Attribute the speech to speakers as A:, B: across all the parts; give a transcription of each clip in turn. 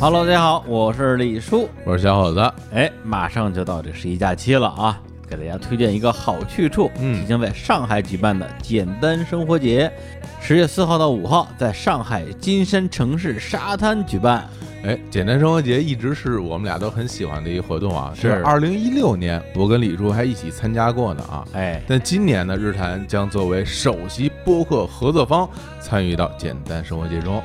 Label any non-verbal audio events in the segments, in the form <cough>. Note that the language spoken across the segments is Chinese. A: Hello，大家好，我是李叔。
B: 我是小伙子，
A: 哎，马上就到这十一假期了啊，给大家推荐一个好去处，
B: 嗯
A: 即将在上海举办的简单生活节，十月四号到五号在上海金山城市沙滩举办。
B: 哎，简单生活节一直是我们俩都很喜欢的一个活动啊。
A: 是
B: 二零一六年，我跟李叔还一起参加过呢啊。
A: 哎，
B: 但今年呢，日坛将作为首席播客合作方参与到简单生活节中。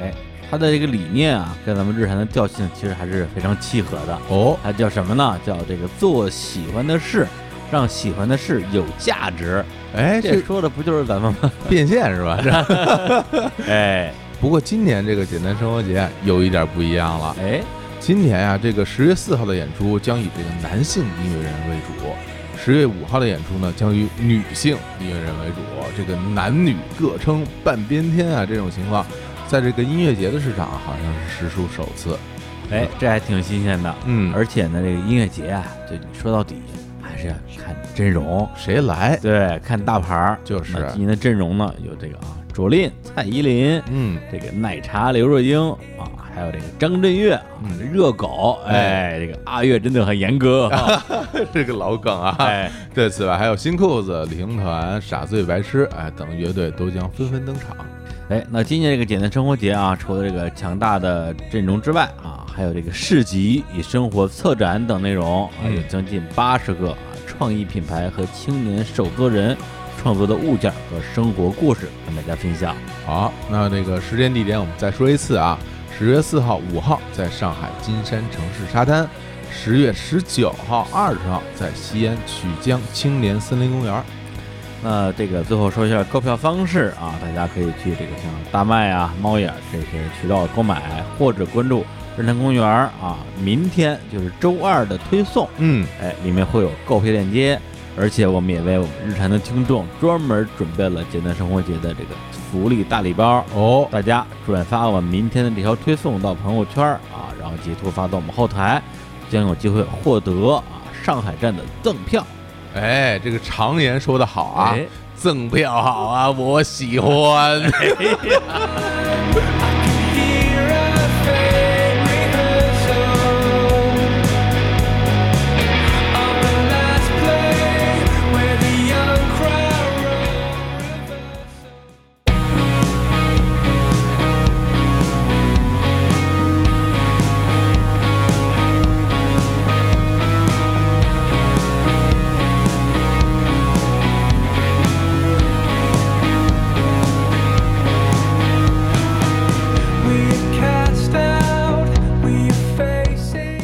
A: 哎，它的这个理念啊，跟咱们日常的调性其实还是非常契合的。
B: 哦，
A: 它叫什么呢？叫这个做喜欢的事，让喜欢的事有价值。
B: 哎，
A: 这
B: 这
A: 说的不就是咱们 <laughs> 吗？
B: 变现是吧？ <laughs> 这
A: 哎
B: 不过今年这个简单生活节啊有一点不一样了。
A: 哎，
B: 今年啊，这个十月四号的演出将以这个男性音乐人为主，十月五号的演出呢将以女性音乐人为主。这个男女各称半边天啊，这种情况，在这个音乐节的市场啊好像是实属首次。
A: 哎，这还挺新鲜的。
B: 嗯而
A: 而且呢，这个音乐节啊，就你说到底还是要看阵容，
B: 谁来？
A: 对，看大牌儿。
B: 就是
A: 那今年的阵容呢，有这个啊，卓琳、蔡依林，
B: 嗯，
A: 这个奶茶刘若英啊，还有这个张震岳啊，
B: 嗯
A: 这热狗，哎，这个阿岳真的很严 <laughs> 格，
B: 这个老梗啊。
A: 哎，
B: 对此外，还有新裤子、李行团、傻醉白痴哎等乐队都将纷纷登场。
A: 哎，那今年这个简单生活节啊，除了这个强大的阵容之外啊，还有这个市集与生活策展等内容啊，
B: 嗯
A: 有将近八十个啊创意品牌和青年手作人创作的物件和生活故事跟大家分享。
B: 好，那这个时间地点我们再说一次啊，十月四号、五号在上海金山城市沙滩，十月十九号、二十号在西安曲江青年森林公园。
A: 那这个最后说一下购票方式啊，大家可以去这个像大麦啊、猫眼儿这些渠道购买，或者关注日坛公园儿啊。明天就是周二的推送，
B: 嗯，
A: 哎，里面会有购票链接，而且我们也为我们日常的听众专门准备了简单生活节的这个福利大礼包。
B: 哦，
A: 大家转发我们明天的这条推送到朋友圈儿啊，然后截图发到我们后台，将有机会获得啊上海站的赠票
B: 哎，这个常言说得好啊，赠票好啊，我喜欢。
C: Hear a faint rehearsal of the last play where the young crowd roars.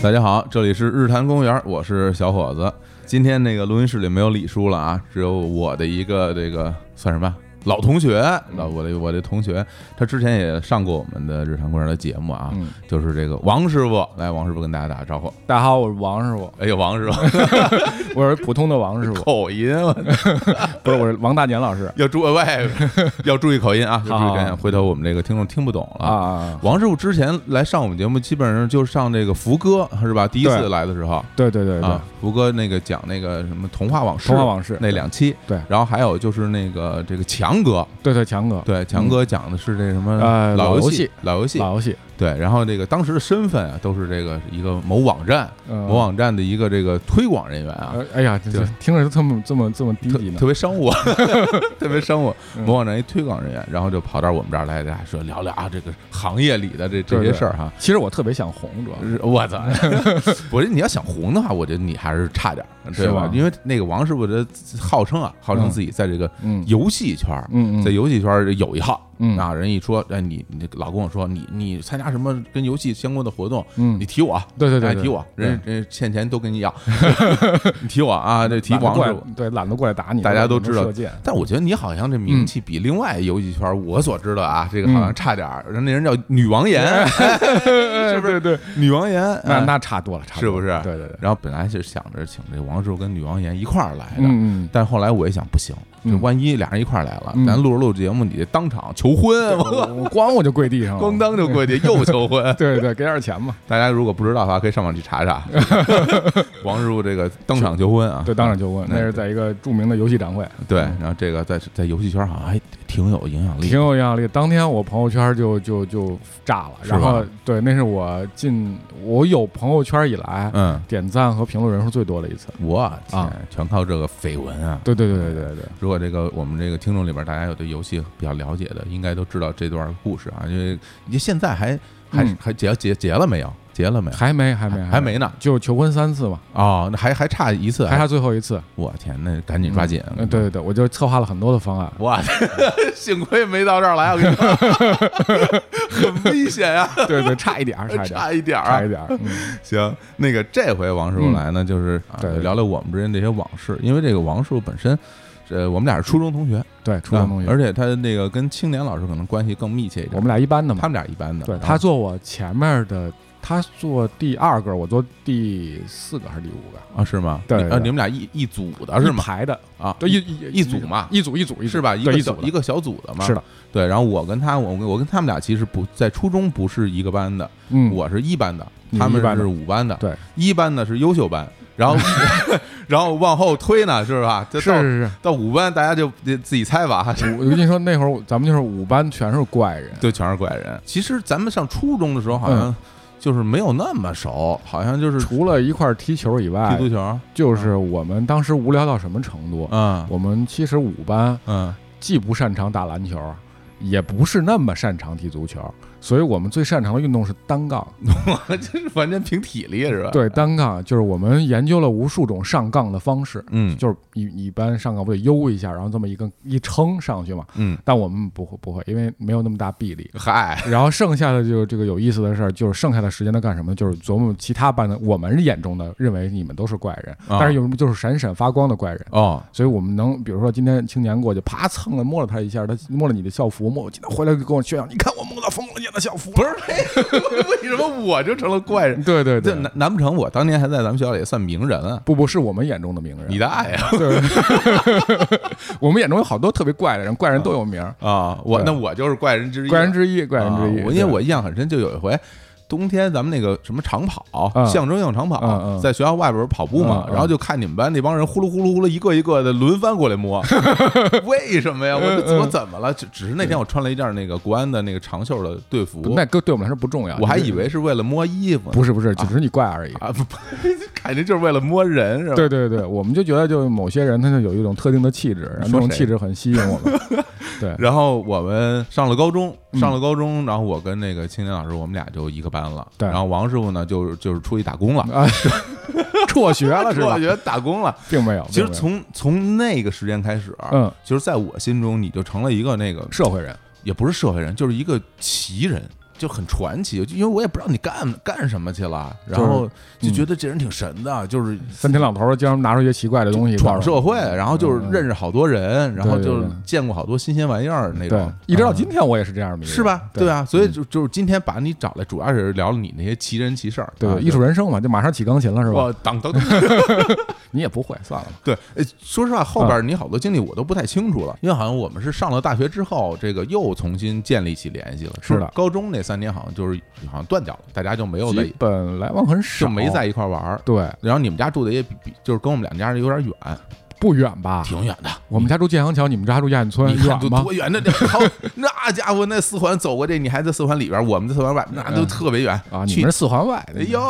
B: 大家好，这里是日坛公园，我是小伙子。今天那个录音室里没有李叔了啊，只有我的一个这个算什么老同学，老我的我的同学，他之前也上过我们的日坛公园的节目啊，就是这个王师傅。来，王师傅跟大家打个招呼。
D: 大家好，我是王师傅，
B: 哎呦，王师傅
D: 我是普通的王师傅，
B: 口音我
D: 不是我是王大年
B: <laughs>
D: 老师
B: 要注喂，要注意口音啊，要注意口
D: 好
B: 音，回头我们这个听众听不懂
D: 啊
B: 了
D: 啊。啊！
B: 王师傅之前来上我们节目，基本上就上这个福哥是吧？第一次
D: 对
B: 来的时候，
D: 对对对对，
B: 啊，福哥那个讲那个什么童话往事，
D: 童话往事
B: 那两期，
D: 对
B: 然后还有就是那个这个强哥，
D: 对对强哥，
B: 对，强哥讲的是这什么
D: 呃
B: 老
D: 老游
B: 戏
D: 戏，啊
B: 老游戏，
D: 老游戏，
B: 对，然后这个当时的身份啊，都是这个一个某网站，
D: 嗯
B: 某网站的一个这个推广人员啊，
D: 呃哎呀，这
B: 对
D: 这听着这么这么这么低
B: 特
D: 级呢
B: 特，别商
D: <laughs>
B: 务， <laughs> 特别商务，
D: 嗯
B: 某网站一推广人员，然后就跑到我们这儿来，大家说聊聊啊这个行业里的这这些
D: 对对
B: 事儿哈。
D: 其实我特别想红，主要是
B: 是我操！ <laughs> 我觉得你要想红的话，我觉得你还是差点儿，对
D: 是
B: 吧
D: 吧？
B: 因为那个王师傅这号称啊，号称
D: 嗯
B: 自己在这个
D: 嗯
B: 游戏圈儿，
D: 嗯嗯
B: 在游戏圈儿有一号。
D: 嗯
B: 啊，人一说，哎，你你老跟我说，你你参加什么跟游戏相关的活动，
D: 嗯
B: 你提我，
D: 对对对
B: 哎
D: 对嗯
B: 提我，
D: 对
B: 人人欠钱都跟你
D: <laughs>
B: 要，你提我啊，这提
D: 懒得
B: 王
D: 过
B: 师
D: 来
B: 傅，
D: 对懒得过来打
B: <laughs>
D: 你，
B: 大家都知道 <laughs>
D: 射箭，嗯
B: 但我觉得你好像这名气比另外游戏圈儿我所知道啊，这个好像差点儿，人那人叫女王岩，
D: <laughs>
B: 是不是？
D: 哎对对，
B: 女王岩，
D: 那
B: 哎
D: 那差多了，差多
B: 是
D: 了
B: 不是？
D: 对对对，
B: 然后本来是想着请这王师傅跟女王岩一块儿来的，
D: 嗯
B: <laughs>
D: 嗯，
B: 但后来我一想不行，就
D: 嗯
B: 万一俩人一块儿来了，
D: 嗯
B: 咱录着录着节目，你得当场求婚，
D: 我我光我就跪地上
B: <laughs>
D: 了，。
B: 咣当就跪地又求婚
D: 对对对，给点钱嘛，
B: <laughs> 大家如果不知道的话，可以上网去查
D: <laughs>
B: 查。王师傅这个当场求婚啊，
D: 对，当场就问，
B: 那
D: 那是在一个著名的游戏展会，
B: 对，然后这个在在游戏圈好像还挺有影响力的，
D: 挺有影响力。当天我朋友圈就就就炸了，
B: 是吧
D: 然后对，那是我进我有朋友圈以来
B: 嗯，
D: 点赞和评论人数最多的一次。
B: 我
D: 啊
B: 天，全靠这个绯闻啊！
D: 对对对对对对，
B: 如果这个我们这个听众里边大家有对游戏比较了解的，应该都知道这段故事啊，因为因为现在还还
D: 嗯
B: 还结结结了没有？结了没有？
D: 还没还没
B: 还没呢
D: 就求婚三次嘛，
B: 哦，那还还差一次，哎
D: 还差最后一次。
B: 我天，那赶紧抓紧！啊
D: 嗯，对，对对，我就策划了很多的
B: <laughs>
D: 方案。
B: 哇，幸亏没到这儿来，我跟你说，很危险呀、
D: 对对，差一点儿， <laughs> 差一点儿，
B: 差一点儿
D: 差一
B: 啊。
D: 点儿。
B: <laughs>
D: 嗯
B: 行，那个这回王师傅来呢，就是啊
D: 对对对
B: 聊聊我们之间这些往事，因为这个王师傅本身。呃，我们俩是初中同学，
D: 对，初中同
B: 啊而
D: 学，
B: 且他那个跟青年老师可能关系更密切一点。
D: 我们俩一班的嘛
B: 他。们俩一般的，
D: 对
B: 啊
D: 他坐我前面的，他坐第二个，我坐第四个还是第五个？
B: 啊是吗？你
D: 对对
B: 啊
D: 对
B: 你们俩一一组的是
D: 一
B: 吗？
D: 排的，
B: 啊，
D: 对一一
B: 一组嘛
D: 一组一组一组
B: 是吧？一
D: 对
B: 个
D: 一
B: 小
D: 组的
B: 一个小组的嘛。
D: 是的，
B: 对。然后我跟他，我跟我跟他们俩其实不在初中不是一个班的，
D: 嗯，
B: 我是一班的，
D: 你
B: 他们
D: 一班
B: 是
D: 的
B: 五班的。
D: 对，嗯
B: 一班的是优秀班，然后 <laughs> 然后往后推呢，是吧？就是到
D: 是是。
B: 到五班，大家就得自己猜吧。 <laughs>
D: 我跟你说，那会儿咱们就是五班全是怪人，
B: 就全是怪人。其实咱们上初中的时候，好像
D: 嗯
B: 就是没有那么熟，好像就是
D: 除了一块儿踢球以
B: 踢
D: 外，
B: 足球，啊
D: 就是我们当时无聊到什么程度？
B: 嗯
D: 我们其实五班
B: 嗯， <laughs>
D: 既不擅长打篮球，也不是那么擅长踢足球，所以我们最擅长的运动是单杠。
B: 我就是完全凭体力是吧？
D: 对，，单杠就是我们研究了无数种上杠的方式，
B: 嗯
D: 就是一一般上杠不得悠一下，然后这么一根一撑上去嘛。
B: 嗯，
D: 但我们不会不会，因为没有那么大臂力。
B: 嗨，
D: 然后剩下的就这个有意思的事儿，就是剩下的时间都干什么？就是琢磨其他班的，我们眼中的认为你们都是怪人，
B: 啊
D: 但是有什么就是闪闪发光的怪人。
B: 哦，
D: 所以我们能，比如说今天青年过去，啪蹭了摸了他一下，他摸了你的校服，摸今天回来就跟我炫耀，你
B: <laughs>
D: 看我摸到疯了姐的校服。
B: 不是， <laughs> 为什么我就成了怪人？
D: 对对
B: 这
D: 对，
B: 难难不成我当年还在咱们学校里算名人啊？
D: 不不是我们眼中的名人，
B: 你大爷啊
D: 对， <laughs> 我们眼中有好多特别怪的人，怪人都有名儿，
B: 啊！我
D: 对
B: 那我就是怪人之一，
D: 怪人之一，怪人
B: 啊
D: 之一。
B: 我因为我印象很深，就有一回。冬天咱们那个什么长跑，
D: 嗯
B: 象征性长跑，
D: 嗯嗯
B: 在学校外边跑步嘛，
D: 嗯嗯
B: 然后就看你们班那帮人呼噜呼噜呼噜一个一个的轮番过来
D: <laughs>
B: 摸，为什么呀？
D: 嗯
B: 我我怎么了？只只是那天我穿了一件那个国安的那个长袖的队服，
D: 对那个对我们来说不重要，
B: 我还
D: 啊就是
B: 以为是为了摸衣服呢，
D: 不是不是，只是你怪而已。
B: 啊，不，不 <laughs> 感觉就是为了摸人是吧？
D: 对对对，我们就觉得就某些人他就有一种特定的气质，然后那
B: 说
D: 种
B: 谁
D: 气质很吸引我
B: <laughs>
D: 们。对，
B: 然后我们上了高中，
D: 嗯
B: 上了高中，然后我跟那个青年老师，我们俩就一个班了。
D: 对
B: 然后王师傅呢，就是就是出去打工了，
D: 啊，辍
B: <laughs>
D: 学了啊是
B: 我
D: 吧？
B: 觉得打工了。
D: 并没有，
B: 其实
D: 并没有
B: 从从那个时间开始，
D: 嗯，
B: 就是在我心中，你就成了一个那个
D: 社会人，
B: 也不是社会人，就是一个奇人，就很传奇。就因为我也不知道你干干什么去了，然后就
D: 就嗯
B: 是觉得这人挺神的，就是
D: 三天两头儿经常拿出一些奇怪的东西
B: 闯
D: 告诉
B: 社会，然后就是认识好多人，然后
D: 嗯对对
B: 就是
D: 对
B: 见过好多新鲜玩意儿那
D: 我。
B: 种
D: 对。，一直到
B: 嗯
D: 今天我也是这样的一个人，
B: 是吧？对啊，所以
D: 嗯
B: 就就是今天把你找来，主要是聊你那些奇人奇事儿，
D: 对
B: 啊
D: 对，艺术人生嘛，就马上起钢琴了是吧？
B: 我等等等，
D: 你也不会，算了吧。
B: 对，呃说实话，后
D: 嗯
B: 边你好多经历我都不太清楚了，因为好像我们是上了大学之后，这个又重新建立起联系了。
D: 是的
B: 高中那三年好像就是好像断掉了，大家就没有在
D: 基，本来往很少，
B: 就没在一块玩儿。
D: 对，
B: 然后你们家住的也比比就是跟我们俩家有点远，
D: 不远吧？
B: 挺远的。
D: 我们家住建阳桥，你们家住亚运村，
B: 你看
D: 远
B: 多
D: 吗？
B: 多远的这好，那家伙那四环走过这，你还在四环里边，我们在四环外，那都
D: 嗯
B: 特别远
D: 啊，你
B: 去
D: 们是嗯四环外的。
B: 哎，呦，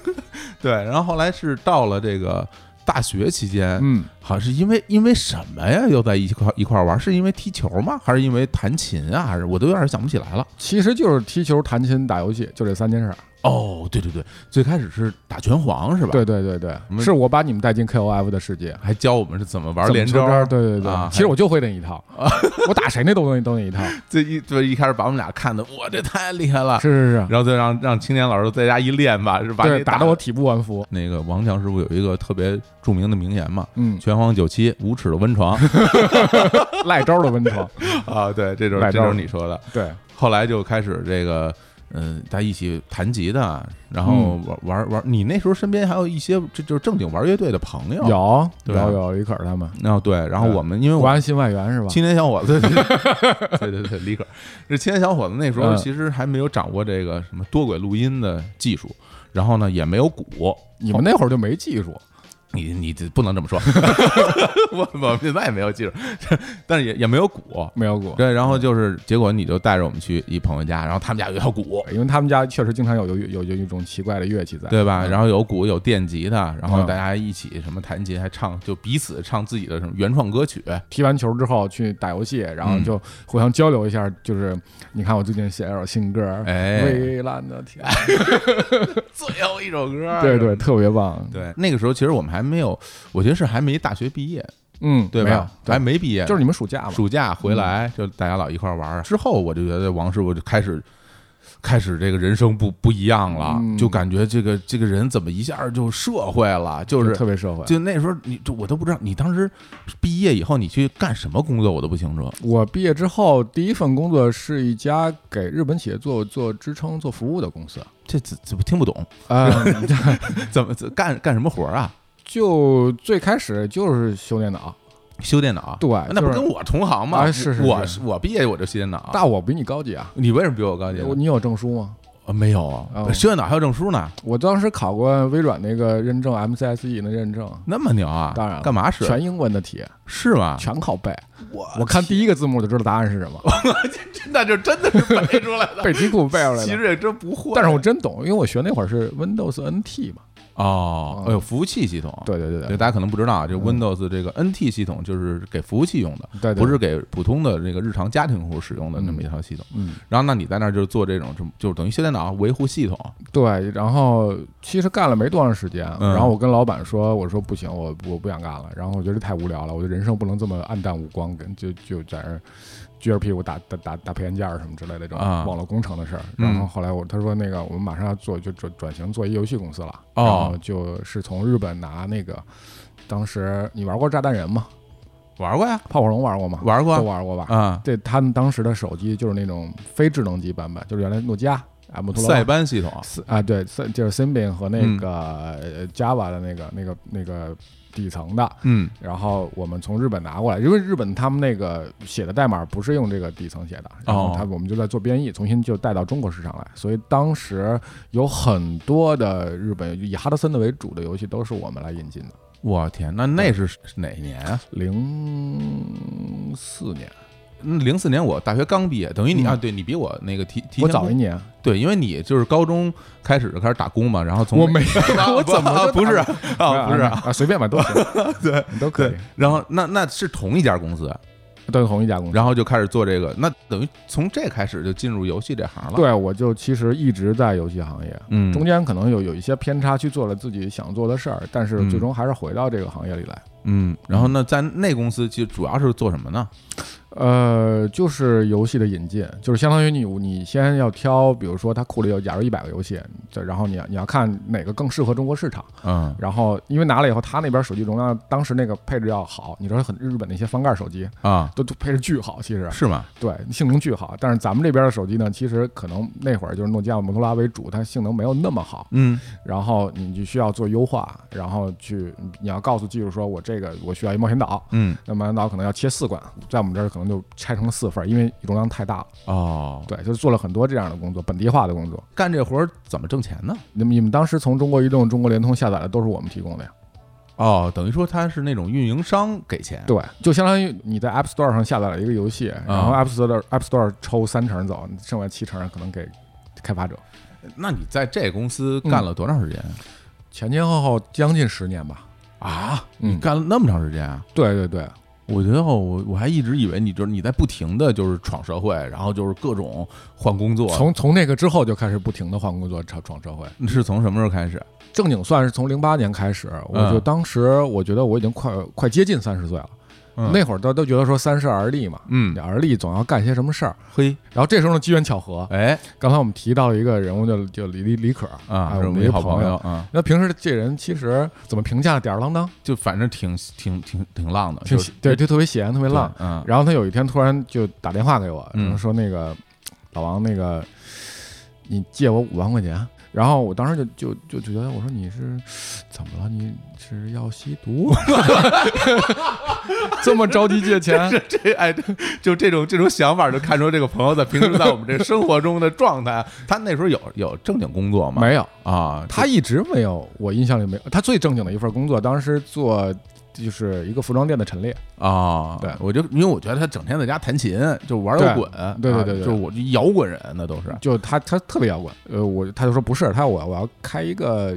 B: <laughs> 对，然后后来是到了这个大学期间，
D: 嗯，
B: 好像是因为因为什么呀？又在一块一块玩，是因为踢球吗？还是因为弹琴啊？还是我都有点想不起来了。
D: 其实就是踢球、弹琴、打游戏，就这三件事儿。
B: 哦，对对对，最开始是打拳皇是吧？，
D: 对对对
B: 们
D: 对，是我把你们带进 KOF 的世界。
B: 还教我们是怎么玩
D: 怎么
B: 连
D: 出
B: 招。
D: 招对对
B: 啊
D: 对，其实我就会那一套， <laughs> 我打谁那都能都那一套。
B: 这一就一开始把我们俩看的，我这太厉害了。
D: 是是是，
B: 然后再让让青年老师在家一练吧，是吧？
D: 对，
B: 打
D: 打得我体不完肤。
B: 那个王强师傅有一个特别著名的名言嘛， <laughs>
D: 嗯，
B: 拳皇九七无耻的温床
D: 赖招的温床。
B: <laughs> 啊，对，这就是
D: 来
B: 这
D: 招
B: 就是你说的。 <laughs>
D: 对，
B: 后来就开始这个，嗯、大家一起弹吉他，然后玩、玩玩。你那时候身边还有一些这就是正经玩乐队的朋友，
D: 有有
B: 对啊
D: 有李可儿他们，
B: 啊对，然后
D: 对
B: 我们因为
D: 国
B: 我
D: 安新外援是吧？
B: 青年小 <laughs> 伙子，对对对对对，李可这青年小伙子那时候
D: 嗯
B: 其实还没有掌握这个什么多轨录音的技术，然后呢也没有鼓，
D: 你们那会儿就没技术，
B: 你你这不能这么说， <laughs> 我我们现在也没有技术， <laughs> 但是也也没有鼓，
D: 没有过，
B: 对，然后就是结果你就带着我们去一朋友家，然后他们家有一套鼓，
D: 因为他们家确实经常有有有有一种奇怪的乐器在，
B: 对吧？然后有鼓有电吉他，然后
D: 嗯
B: 大家一起什么弹琴还唱，就彼此唱自己的什么原创歌曲，
D: 踢完球之后去打游戏，然后
B: 嗯
D: 就互相交流一下，就是你看我最近写了首新歌，
B: 哎
D: 蔚蓝的
B: <laughs>
D: 天，
B: 最后一首歌，
D: 对对，特别棒，
B: 对，那个时候其实我们还没有，我觉得是还没大学毕业，
D: 嗯，
B: 对
D: 没有
B: 吧？还没毕业，
D: 就是你们暑假嘛，
B: 暑假回来
D: 嗯
B: 就大家老一块玩儿。之后我就觉得王师傅就开始开始这个人生不不一样了，
D: 嗯
B: 就感觉这个这个人怎么一下就社会了，就
D: 就是特别社会。
B: 就那时候你就我都不知道你当时毕业以后你去干什么工作，我都不清楚。
D: 我毕业之后第一份工作是一家给日本企业做做支撑、做服务的公司，
B: 这怎怎么听不
D: <laughs>
B: 懂？
D: 啊，
B: 怎么怎干干什么活儿啊？
D: 就最开始就是修电脑，
B: 修电脑？
D: 对
B: 那不
D: 就是
B: 是跟我同行吗？
D: 啊是是
B: 我
D: 是
B: 我毕业我就修电脑。
D: 但我比你高级啊，
B: 你为什么比我高级呢？
D: 我你有证书吗？
B: 啊没有啊
D: 哦
B: 修电脑还有证书呢，
D: 我当时考过微软那个认证 MCSE E 那认证，
B: 那么牛啊？
D: 当然了
B: 干嘛使？
D: 全英文的题，
B: 是吗？
D: 全靠背。
B: 啊我
D: 我看第一个字幕就知道答案是什么，
B: <laughs> 那就真的
D: <laughs>
B: 是背出来的。
D: 背题库背出
B: <laughs>
D: 来
B: 其
D: 的。
B: 实也真不会，
D: 但是我真懂，因为我学那会儿是 Windows NT 嘛。
B: 哦，哎呦，服务器系统，
D: 嗯对对对
B: 对，
D: 对
B: 大家可能不知道啊，这 Windows 这个 NT 系统就是给服务器用的，
D: 对，对
B: 不是给普通的这个日常家庭户使用的那么一套系统。
D: 嗯
B: 然后，那你在那儿就做这种，就就是等于修电脑啊维护系统，
D: 对。然后其实干了没多长时间，
B: 嗯
D: 然后我跟老板说，我说不行，我我不想干了。然后我觉得太无聊了，我觉得人生不能这么暗淡无光，跟就就在那儿撅着屁股打打打打配件儿什么之类的这种
B: 啊
D: 网络工程的事儿。
B: 嗯
D: 然后后来我他说那个我们马上要做就转转型做一游戏公司了，
B: 哦
D: 然后就是从日本拿那个。当时你玩过炸弹人吗？
B: 玩过呀，
D: 泡泡龙玩过吗？
B: 玩过
D: 都
B: 啊
D: 玩过吧？
B: 啊，
D: 对他们当时的手机就是那种非智能机版本，就是原来诺基亚啊，摩托罗拉
B: 塞班系统，
D: <laughs> 斯啊，对，塞就是 Symbian 和那
B: 嗯
D: 个呃 Java 的那个那个那个底层的。
B: 嗯，
D: 然后我们从日本拿过来，因为日本他们那个写的代码不是用这个底层写的，然
B: 哦
D: 后他我们就在做编译，重新就带到中国市场来。所以当时有很多的日本以哈德森的为主的游戏都是我们来引进的，
B: 我天，那那是哪年啊？
D: 零四年，
B: 零四年我大学刚毕业，等于你
D: 嗯
B: 啊，对你比我那个提提
D: 我
B: 前
D: 早
B: 不 <laughs>
D: 一年，
B: 对，因为你就是高中开始开始打工嘛，然后从
D: 我没
B: <laughs> 我
D: 怎么 <laughs> 就打
B: 不是啊？不是啊，
D: 啊，随便吧，都行，
B: <laughs> 对
D: 都可以，
B: 然后那那是同一家公司，
D: 都是同一家公司。
B: 然后就开始做这个，那等于从这开始就进入游戏这行了。，
D: 对，我就其实一直在游戏行业，
B: 嗯，
D: 中间可能有有一些偏差，去做了自己想做的事儿，但是最终还是回到这个行业里来。
B: 嗯，然后那在那公司其实主要是做什么呢？
D: 呃，就是游戏的引进，就是相当于你你先要挑，比如说它库里有假如一百个游戏，这然后你要你要看哪个更适合中国市场，
B: 嗯，
D: 然后因为拿了以后，它那边手机容量当时那个配置要好，你知道很日本那些翻盖手机
B: 啊，
D: 都都配置巨好，其实
B: 是吗？
D: 对，性能巨好。但是咱们这边的手机呢，其实可能那会儿就是诺基亚、摩托罗拉为主，它性能没有那么好。
B: 嗯，
D: 然后你就需要做优化，然后去你要告诉技术说，我这个我需要一冒险岛，
B: 嗯，
D: 那冒险岛可能要切四罐，在我们这儿可能就拆成了四份儿，因为容量太大了。
B: 哦，
D: 对，就是做了很多这样的工作，本地化的工作。
B: 干这活儿怎么挣钱呢？
D: 那么你们当时从中国移动、中国联通下载的都是我们提供的呀？
B: 哦，等于说他是那种运营商给钱。
D: 对，就相当于你在 App Store 上下载了一个游戏，然后 App Store App Store 抽三成走，剩下七成可能给开发者。
B: 那你在这公司
D: 嗯
B: 干了多长时间
D: 前前后后将近十年吧。
B: 啊？
D: 嗯
B: 你干了那么长时间啊？
D: 对对对，
B: 我觉得哦我我还一直以为你就是你在不停的就是闯社会，然后就是各种换工作。
D: 从从那个之后就开始不停的换工作，闯闯社会。
B: 是从什么时候开始？
D: 正经算是从零八年开始，我就当时我觉得我已经快快接近三十岁了，
B: 嗯
D: 那会儿都都觉得说三十而立嘛，
B: 嗯，
D: 而立总要干些什么事儿。
B: 嘿，
D: 然后这时候呢，机缘巧合，
B: 哎
D: 刚才我们提到一个人物就就李李李可
B: 啊，
D: 哎
B: 是我
D: 我们
B: 们
D: 一
B: 一好
D: 朋
B: 朋
D: 友
B: 友啊，
D: 那平时这人其实怎么评价的吊儿郎当，
B: 就反正挺挺挺挺浪的，
D: 挺
B: 就是
D: 对，就特别闲，特别浪。，
B: 嗯
D: 然后他有一天突然就打电话给我，
B: 嗯
D: 然后说那个老王，那个你借我五万块钱。然后我当时就就就觉得，我说你是怎么了？你是要吸毒？ <laughs> 这么着急借钱？
B: <laughs> 这哎，就这种这种想法，就看出这个朋友在平时在我们这生活中的状态。他那时候有有正经工作吗？
D: 没有，
B: 啊，
D: 他
B: 就
D: 一直没有。我印象里没有。他最正经的一份工作，当时做就是一个服装店的陈列。
B: 啊，
D: 对
B: 我就因为我觉得他整天在家弹琴，就玩
D: 对
B: 摇滚，
D: 对对
B: 啊
D: 对对
B: 就我就摇滚人那都是
D: 就他他特别摇滚，呃，我他就说不是，他说我我要开一个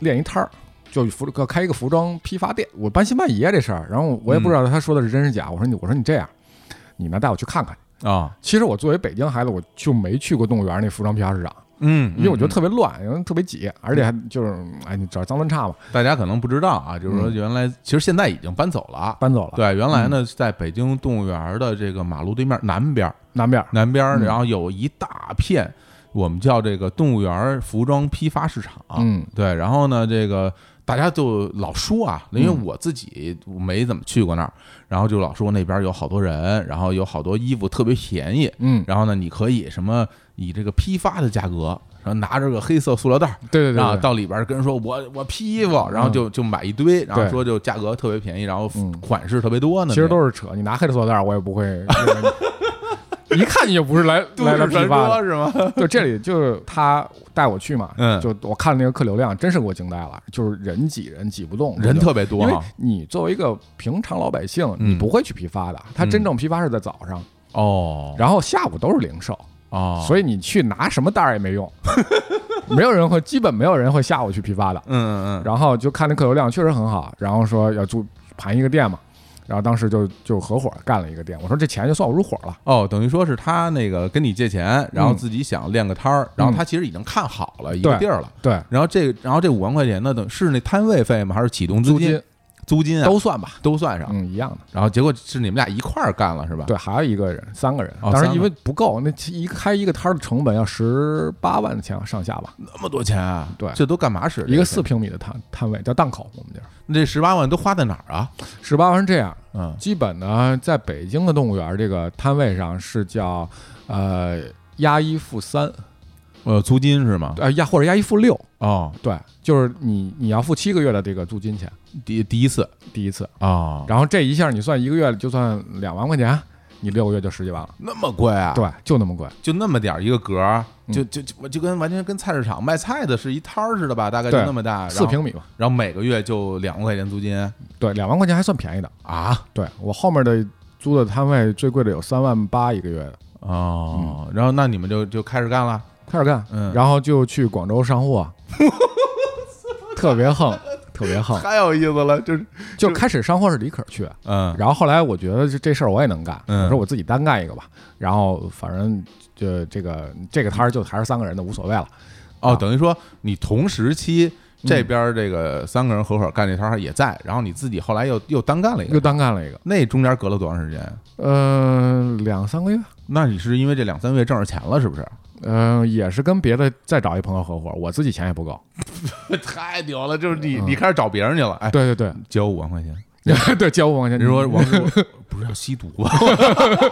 D: 练一摊儿，就服要开一个服装批发店，我搬信搬疑啊这事儿，然后我也不知
B: 嗯
D: 道他说的是真是假，我说你我说你这样，你呢带我去看看。
B: 啊，
D: 其实我作为北京孩子，我就没去过动物园那服装批发市场，
B: 嗯，
D: 因为我觉得
B: 嗯
D: 特别乱，然后特别挤，而且还就是哎，你知道脏乱差嘛，
B: 大家可能不知道啊，就是说
D: 嗯啊
B: 原来其实现在已经搬走了。啊
D: 搬走了。，
B: 对，原来呢，在北京动物园的这个马路对面南边儿，
D: 南边儿
B: 南边儿，
D: 嗯
B: 然后有一大片，我们叫这个动物园服装批发市场。
D: 嗯
B: 对，然后呢，这个大家就老说啊，因为
D: 嗯
B: 我自己没怎么去过那儿，然后就老说那边有好多人，然后有好多衣服特别便宜，
D: 嗯，
B: 然后呢，你可以什么以这个批发的价格，然后拿着个黑色塑料袋儿。
D: 对对
B: 然后
D: 对对，嗯
B: 到里边儿跟人说我我批衣服，然后就就买一堆，然后
D: 对
B: 说就价格特别便宜，然后
D: 嗯
B: 款式特别多呢。
D: 其实都是扯，你拿黑的塑料袋儿，我也不会。
B: <laughs>
D: 一看你就不是来
B: 都
D: 来来
B: 市
D: 批
B: 传
D: 发
B: 说，
D: 的
B: 是吗？
D: <laughs> 就这里就是他带我去嘛，
B: 嗯
D: 就我看了那个客流量，真是给我惊呆了，就是人挤人挤不动，
B: 人
D: 就
B: 特别多
D: 因为
B: 哈。
D: 你作为一个平常老百姓，
B: 嗯
D: 你不会去批发的，他真正批发是在早上，
B: 哦
D: 然后下午都是零售，
B: 哦，以
D: 所以你去拿什么袋儿也没用， <laughs> 没有人会，基本没有人会下午去批发的。
B: 嗯嗯嗯，
D: 然后就看那客流量确实很好，然后说要租盘一个店嘛，然后当时就就合伙干了一个店，我说这钱就算我入伙了，
B: 哦，等于说是他那个跟你借钱，然后
D: 嗯
B: 自己想练个摊儿，然后
D: 嗯
B: 他其实已经看好了一个
D: 对
B: 地儿了。
D: 对，
B: 然后这然后这五万块钱呢，等是那摊位费吗？还是启动
D: 租
B: 金？
D: 金
B: 租金啊，
D: 都算吧，
B: 都算上。
D: 嗯，一样的。
B: 然后结果是你们俩一块儿干了是吧？
D: 对，还有一个人，三个人。
B: 啊哦
D: 当
B: 三
D: 然，
B: 个
D: 因为不够，那其一开一个摊儿的成本要十八万钱上下吧，
B: 那么多钱啊！
D: 对
B: 这都干嘛使？这
D: 一个
B: 钱
D: 四平米的摊摊位叫档口，我们这儿
B: 那这十八万都花在哪儿啊？
D: 十八万是这样。
B: 嗯
D: 基本呢，在北京的动物园儿这个摊位上是叫呃押一付三，
B: 呃，租金是吗？
D: 呃押或者押一付六，
B: 哦，
D: 对，就是你你要付七个月的这个租金钱，
B: 第第一次
D: 第一次，
B: 哦，
D: 然后这一下你算一个月就算两万块钱，你六个月就十几万了，
B: 那么贵啊？，
D: 对，就那么贵。
B: 就那么点儿一个格儿，
D: 嗯
B: 就就就我就跟完全跟菜市场卖菜的是一摊儿似的吧，大概就
D: 对
B: 那么啊大，然后
D: 四平米吧，
B: 然后每个月就两万块钱租金
D: 对，两万块钱还算便宜的。
B: 啊。
D: 对我后面的租的摊位最贵的有三万八一个月的，
B: 哦，然后那你们就就开始干了，
D: 开始干，
B: 嗯
D: 然后就去广州上货，特别横，特别横，
B: 哦太有意思了， <laughs> 就是
D: 就开始上货是李可去，
B: 嗯
D: 然后后来我觉得这这事儿我也能干，
B: 嗯
D: 我说我自己单干一个吧，然后反正就这个这个摊儿就还是三个人的无所谓了，
B: 哦，
D: 啊
B: 等于说你同时期这边儿这个三个人合伙干这摊儿也在，然后你自己后来又又单干了一
D: 又
B: 个，
D: 单干了一个，
B: 那中间隔了多长时间？
D: 呃，两三个月。
B: 那你是因为这两三个月挣着钱了是不是？
D: 嗯，也是跟别的再找一朋友合伙，我自己钱也不够。
B: <laughs> 太牛了，就是
D: 嗯
B: 你你开始找别人去了，哎，
D: 对对
B: 交五万块钱。
D: 对，对，交五万块钱。
B: 人说王师傅不是要吸毒吧？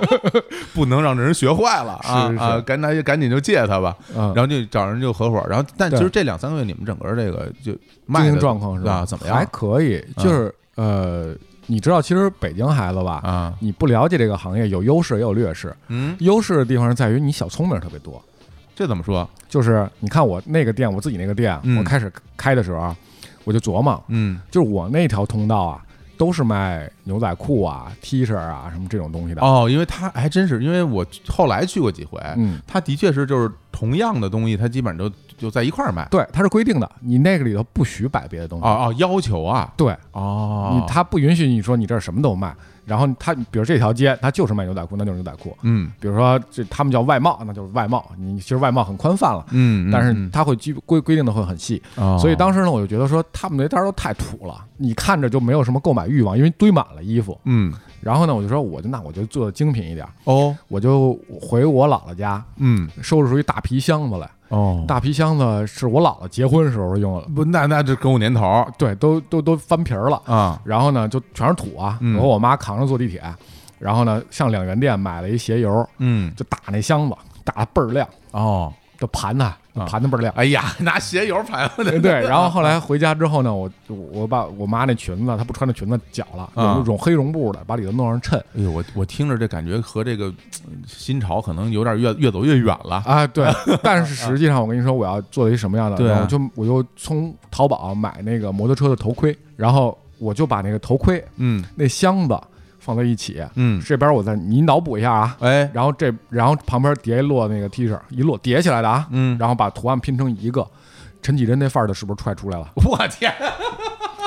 B: <laughs> 不能让这人学坏了啊
D: 是是
B: 啊！赶紧赶紧就借他吧，
D: 嗯
B: 然，后就找人就合伙，然后但其实
D: 对
B: 这两三个月你们整个这个就
D: 经
B: 卖
D: 营
B: 的
D: 状况是吧？
B: 啊怎么
D: 还
B: 样嗯
D: 可以，就是、呃，你知道，其实北京孩子吧，
B: 啊？
D: 你不了解这个行业，有优势也有劣势。
B: 嗯，
D: 优势的地方是在于你小聪明特别多，
B: 这怎么说？
D: 就是你看我那个店，我自己那个店，
B: 嗯
D: 我开始开的时候啊，我就琢磨，
B: 嗯
D: 就是我那条通道啊，都是卖牛仔裤啊、T 恤啊什么这种东西的。
B: 哦，因为他还真是，因为我后来去过几回，
D: 嗯，
B: 他的确是就是同样的东西，他基本上就就在一块儿卖。
D: 对，它是规定的，你那个里头不许摆别的东西。
B: 哦哦，要求啊，
D: 对，
B: 哦
D: 嗯你，他不允许你说你这儿什么都卖，然后他比如这条街，他就是卖牛仔裤，那就是牛仔裤。
B: 嗯
D: 比如说这他们叫外贸，那就是外贸。你其实外贸很宽泛了，
B: 嗯，
D: 但是
B: 嗯
D: 它会基规规定的会很细，
B: 哦
D: 所以当时呢，我就觉得说他们那摊儿都太土了，你看着就没有什么购买欲望，因为堆满了衣服。
B: 嗯
D: 然后呢，我就说我就那我就做的精品一点儿，
B: 哦
D: 我就回我姥姥家
B: 嗯
D: 收拾出一大皮箱子来，
B: 哦，
D: 大皮箱子是我姥姥结婚时候用的，
B: 不那那这跟我年头儿
D: 对，都都都翻皮儿了。
B: 啊，
D: 然后呢，就全是土啊，
B: 嗯
D: 我和我妈扛着坐地铁，然后呢上两元店买了一鞋油，
B: 嗯
D: 就打那箱子，打得倍儿亮。
B: 哦，
D: 就盘它，就盘的倍儿 <laughs> 亮。
B: 哎呀， <laughs> 拿鞋油盘的，
D: 啊对，然后后来回家之后呢，我我把我妈那裙子，她不穿那裙子绞了，
B: 啊
D: 绒黑绒布的，把里头弄上衬
B: 哎呦，我我听着这感觉和这个嗯新潮可能有点越越走越远了。
D: 啊。对， <laughs> 但是实际上我跟你说，我要做的一什么样的，
B: 对啊
D: 然后我就我就从淘宝买那个摩托车的头盔，然后我就把那个头盔
B: 嗯
D: 那箱子放在一起，
B: 嗯，
D: 这边我再你脑补一下啊，
B: 哎，
D: 然后这然后旁边叠一摞那个 T 恤，一摞叠起来的啊，
B: 嗯，
D: 然后把图案拼成一个。陈绮贞那范儿的是不是踹出
B: <laughs>
D: 来了？
B: 我天，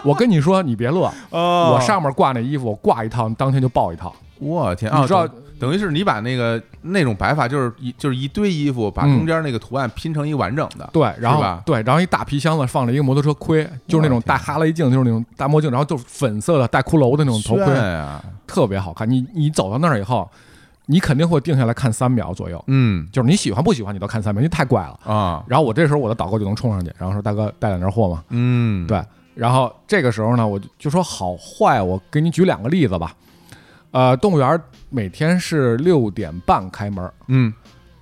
D: 我跟你说，你别乐，
B: 哦
D: 我上面挂那衣服，我挂一套，当天就爆一套。
B: 我天啊！
D: 你知道
B: 等等于是你把那个那种摆法，就是一就是一堆衣服，把
D: 嗯
B: 中间那个图案拼成一完整的。
D: 对，然
B: 是
D: 后
B: 吧
D: 对，然后一大皮箱子放了一个摩托车盔，就是那种戴哈雷镜，就是那种大墨镜，然后就是粉色的带骷髅的那种头
B: 炫
D: 盔，
B: 呀，
D: 特别好看。你你走到那儿以后，你肯定会定下来看三秒左右，
B: 嗯
D: 就是你喜欢不喜欢你都看三秒，因为太怪了。
B: 啊，
D: 然后我这时候我的导购就能冲上去，然后说大哥带两件货吗？
B: 嗯，
D: 对，然后这个时候呢，我就就说好坏，我给你举两个例子吧。呃，动物园每天是六点半开门，
B: 嗯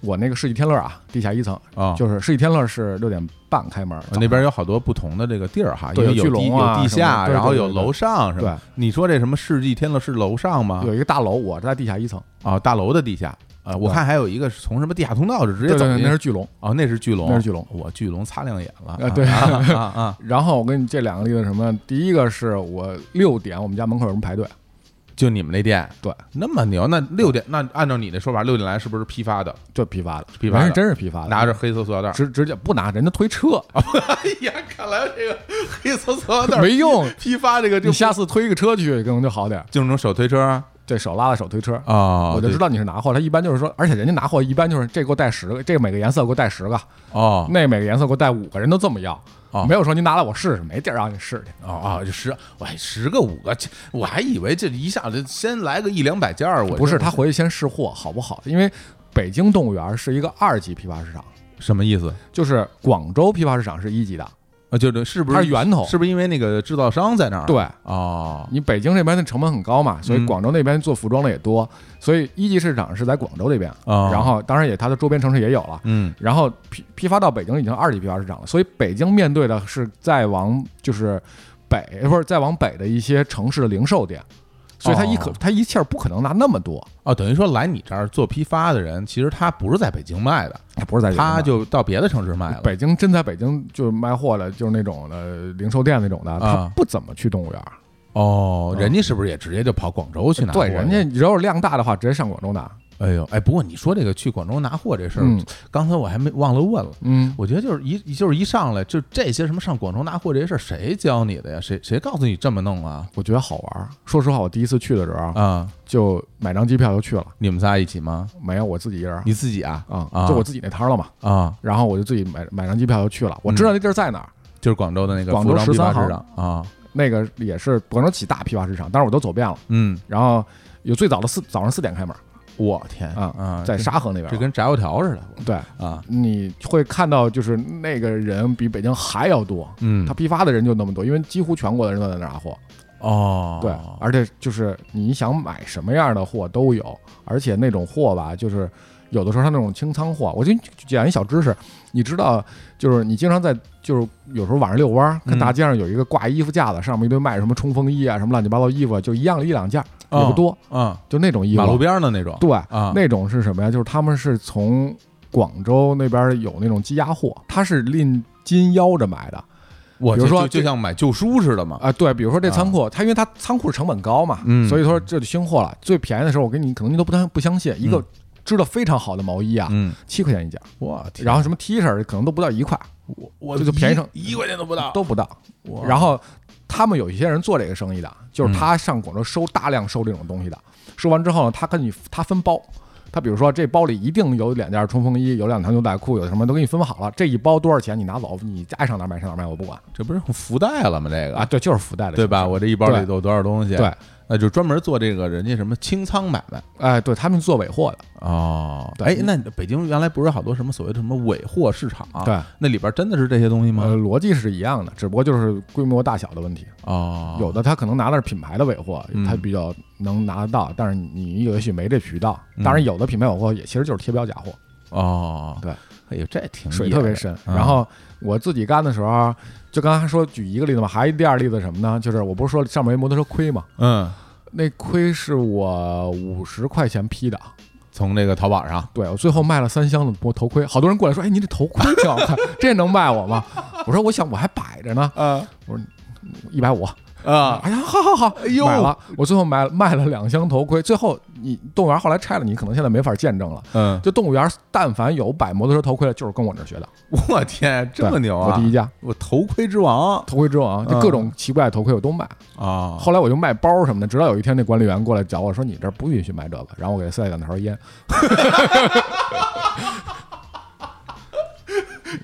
D: 我那个世纪天乐啊，地下一层，
B: 啊，
D: 就是世纪天乐是六点半开门，
B: 那边有好多不同的这个地儿哈，因
D: 对
B: 为有
D: 有巨
B: 地
D: 龙啊
B: 有地
D: 什
B: 下，
D: 么的对
B: 然后
D: 对
B: 有
D: 对
B: 楼上什么。你说这什么世纪天乐是楼上吗？
D: 有一个大楼，我在地下一层，
B: 啊，大楼的地下。啊，我
D: 对
B: 看还有一个是从什么地下通道是直接
D: 对
B: 走
D: 对，
B: 进
D: 那
B: 去
D: 是。巨龙。
B: 哦，那是巨龙，
D: 那是巨龙
B: 我巨龙擦亮眼了
D: 啊对
B: 啊啊啊！
D: <laughs> 然后我跟你这两个例子是什么？第一个是我六点我们家门口有人排队，
B: 就你们那店，
D: 对，
B: 那么牛，那六点，那按照你的说法，六点来是不是批发的？
D: 就批发的，
B: 批发的
D: 人是真是批发的，
B: 拿着黑色塑料袋儿，
D: 直直接不拿，人家推车
B: <laughs>
D: <laughs>
B: 哎呀，看来这个黑色塑料袋儿
D: 没用，
B: 批发这个 <laughs> 就
D: 你下次推个车去可能就好点儿，
B: 就那种手推车啊，
D: 对手拉着手推车。
B: 哦
D: 我就
B: 对
D: 知道你是拿货，他一般就是说，而且人家拿货一般就是这给我带十个，这每个颜色给我带十个，
B: 哦
D: 那每个颜色给我带五个，人都这么要，
B: 哦
D: 没有说您拿来我试试，没地儿让你试去。
B: 哦哦，就十，我还十个五个，这我还以为这一下子先来个一两百件儿，我
D: 不是，
B: 这
D: 他回去先试货好不好？因为北京动物园是一个二级批发市场，
B: 什么意思？
D: 就是广州批发市场是一级的，
B: 啊，就是是不是
D: 它是源头
B: 是不是因为那个制造商在那儿？
D: 对
B: 哦，
D: 你北京这边的成本很高嘛，所以
B: 嗯
D: 广州那边做服装的也多，所以一级市场是在广州这边，
B: 哦
D: 然后当然也它的周边城市也有了，
B: 嗯
D: 然后批批发到北京已经二级批发市场了，所以北京面对的是再往就是北不是再往北的一些城市的零售店，所以它一可
B: 哦
D: 它一气儿不可能拿那么多，
B: 哦，等于说来你这儿做批发的人，其实他不是在北京卖的，
D: 它不是在这边
B: 他
D: 卖
B: 就到别的城市卖了。
D: 北京真在北京就是卖货的，就是那种的零售店那种的，他
B: 啊
D: 不怎么去动物园儿。
B: 哦，
D: 嗯
B: 人家是不是也直接就跑广州去拿货
D: 对，
B: 去？
D: 人家只要是量大的话，直接上广州拿。
B: 哎呦，哎，不过你说这个去广州拿货这事儿，
D: 嗯
B: 刚才我还没忘了问了。
D: 嗯，
B: 我觉得就是一就是一上来就这些什么上广州拿货这些事儿，谁教你的呀？谁谁告诉你这么弄啊？
D: 我觉得好玩儿。说实话，我第一次去的时候，
B: 啊，
D: 就买张机票就去了，
B: 你们仨一起吗？
D: 没有我自己一人儿
B: 你自己啊？
D: 啊、
B: 啊
D: 就我自己那摊儿了嘛。
B: 啊，
D: 然后我就自己买买张机票就去了。我
B: 嗯
D: 知道那地儿在哪儿，
B: 就是广州的那个
D: 广州
B: 服装批发
D: 13行
B: 市场啊，
D: 那个也是广州几大批发市场，但是我都走遍了。
B: 嗯，
D: 然后有最早的四早上四点开门
B: 我天
D: 啊、
B: 啊，
D: 在
B: 这
D: 沙河那边
B: 这
D: 儿。
B: 跟炸油条似
D: 对，
B: 的啊，
D: 你会看到就是那个人比北京还要多。
B: 嗯
D: 他，批发的人就那么多，因为几乎全国的人都在那儿拿货。
B: 哦，
D: 对，而且就是你想买什么样的货都有，而且那种货吧，就是有的时候它那种清仓货，我就讲一小知识，你知道，就是你经常在就是有时候晚上遛弯儿，看
B: 嗯
D: 大街上有一个挂衣服架子，上面一堆卖什么冲锋衣啊，什么乱七八糟衣服，就一样一两件儿，也不多，
B: 啊，
D: 就那种衣服。
B: 马路边儿的那种，
D: 对，
B: 啊，
D: 那种是什么呀？就是他们是从广州那边有那种积压货，它是拎金腰着买的。
B: 我
D: 比如
B: 就
D: 说
B: 就就
D: 这
B: 像买旧书似的嘛，
D: 啊，对，比如说这仓库，它因为它仓库成本高嘛，
B: 嗯
D: 所以说这就新货了。最便宜的时候，我给你可能你都不太不相信，一个
B: 嗯
D: 织的非常好的毛衣啊，
B: 嗯，
D: 七块钱一件，
B: 我天，
D: 然后什么 T 恤可能都不到一块，
B: 我我
D: 这就便宜成
B: 一一块钱都不到，
D: 都不到。
B: 啊哇
D: 然后他们有一些人做这个生意的，就是
B: 嗯
D: 他上广州收大量收这种东西的，收完之后呢，他跟你他分包。他比如说，这包里一定有两件冲锋衣，有两条牛仔裤，有什么都给你分好了。这一包多少钱？你拿走，你爱上哪儿买上哪儿买，我不管
B: 这不是福袋了吗？这个
D: 啊。对，就是福袋的，
B: 对吧？？我这一包里都有多少东西？啊
D: 对，
B: 那就专门做这个人家什么清仓买卖
D: 哎，对他们做尾货的，
B: 哦。
D: 对
B: 哎，那北京原来不是好多什么所谓的什么尾货市场？啊
D: 对，
B: 那里边真的是这些东西吗？
D: 呃，逻辑是一样的，只不过就是规模大小的问题。
B: 哦，
D: 有的他可能拿的是品牌的尾货
B: 嗯，
D: 他比较能拿得到，但是你也许没这渠道
B: 嗯。
D: 当然，有的品牌尾货也其实就是贴标假货，
B: 哦，
D: 对，
B: 哎呦，这挺
D: 水
B: 野
D: 特别
B: 的
D: 深。
B: 嗯
D: 然后我自己干的时候，啊就刚才说举一个例子嘛，还有第二例子是什么呢？就是我不是说上面有一摩托车亏嘛，
B: 嗯，
D: 那亏是我五十块钱批的，啊
B: 从那个淘宝上，
D: 对我最后卖了三箱子头头盔，好多人过来说：“哎，您这头盔挺好看，这能卖我吗？”我说：“我想我还摆着呢，
B: 啊
D: 一百五。”
B: 啊， <laughs>
D: 哎呀，好好好，
B: 哎呦
D: 买了。我最后买卖了两箱头盔，最后你动物园后来拆了，你可能现在没法见证了。
B: 嗯，
D: 就动物园，但凡有摆摩托车头盔的，就是跟我这儿学的，
B: 我天，这么
D: 对
B: 牛
D: 我
B: 啊！嗯
D: 第一家
B: 我头盔之王
D: 头盔之王，就各种奇怪的头盔我都卖。
B: 啊，
D: 后来我就卖包什么的，直到有一天那管理员过来找我说：“你这儿不允许卖这个。”然后我给他塞了两条烟。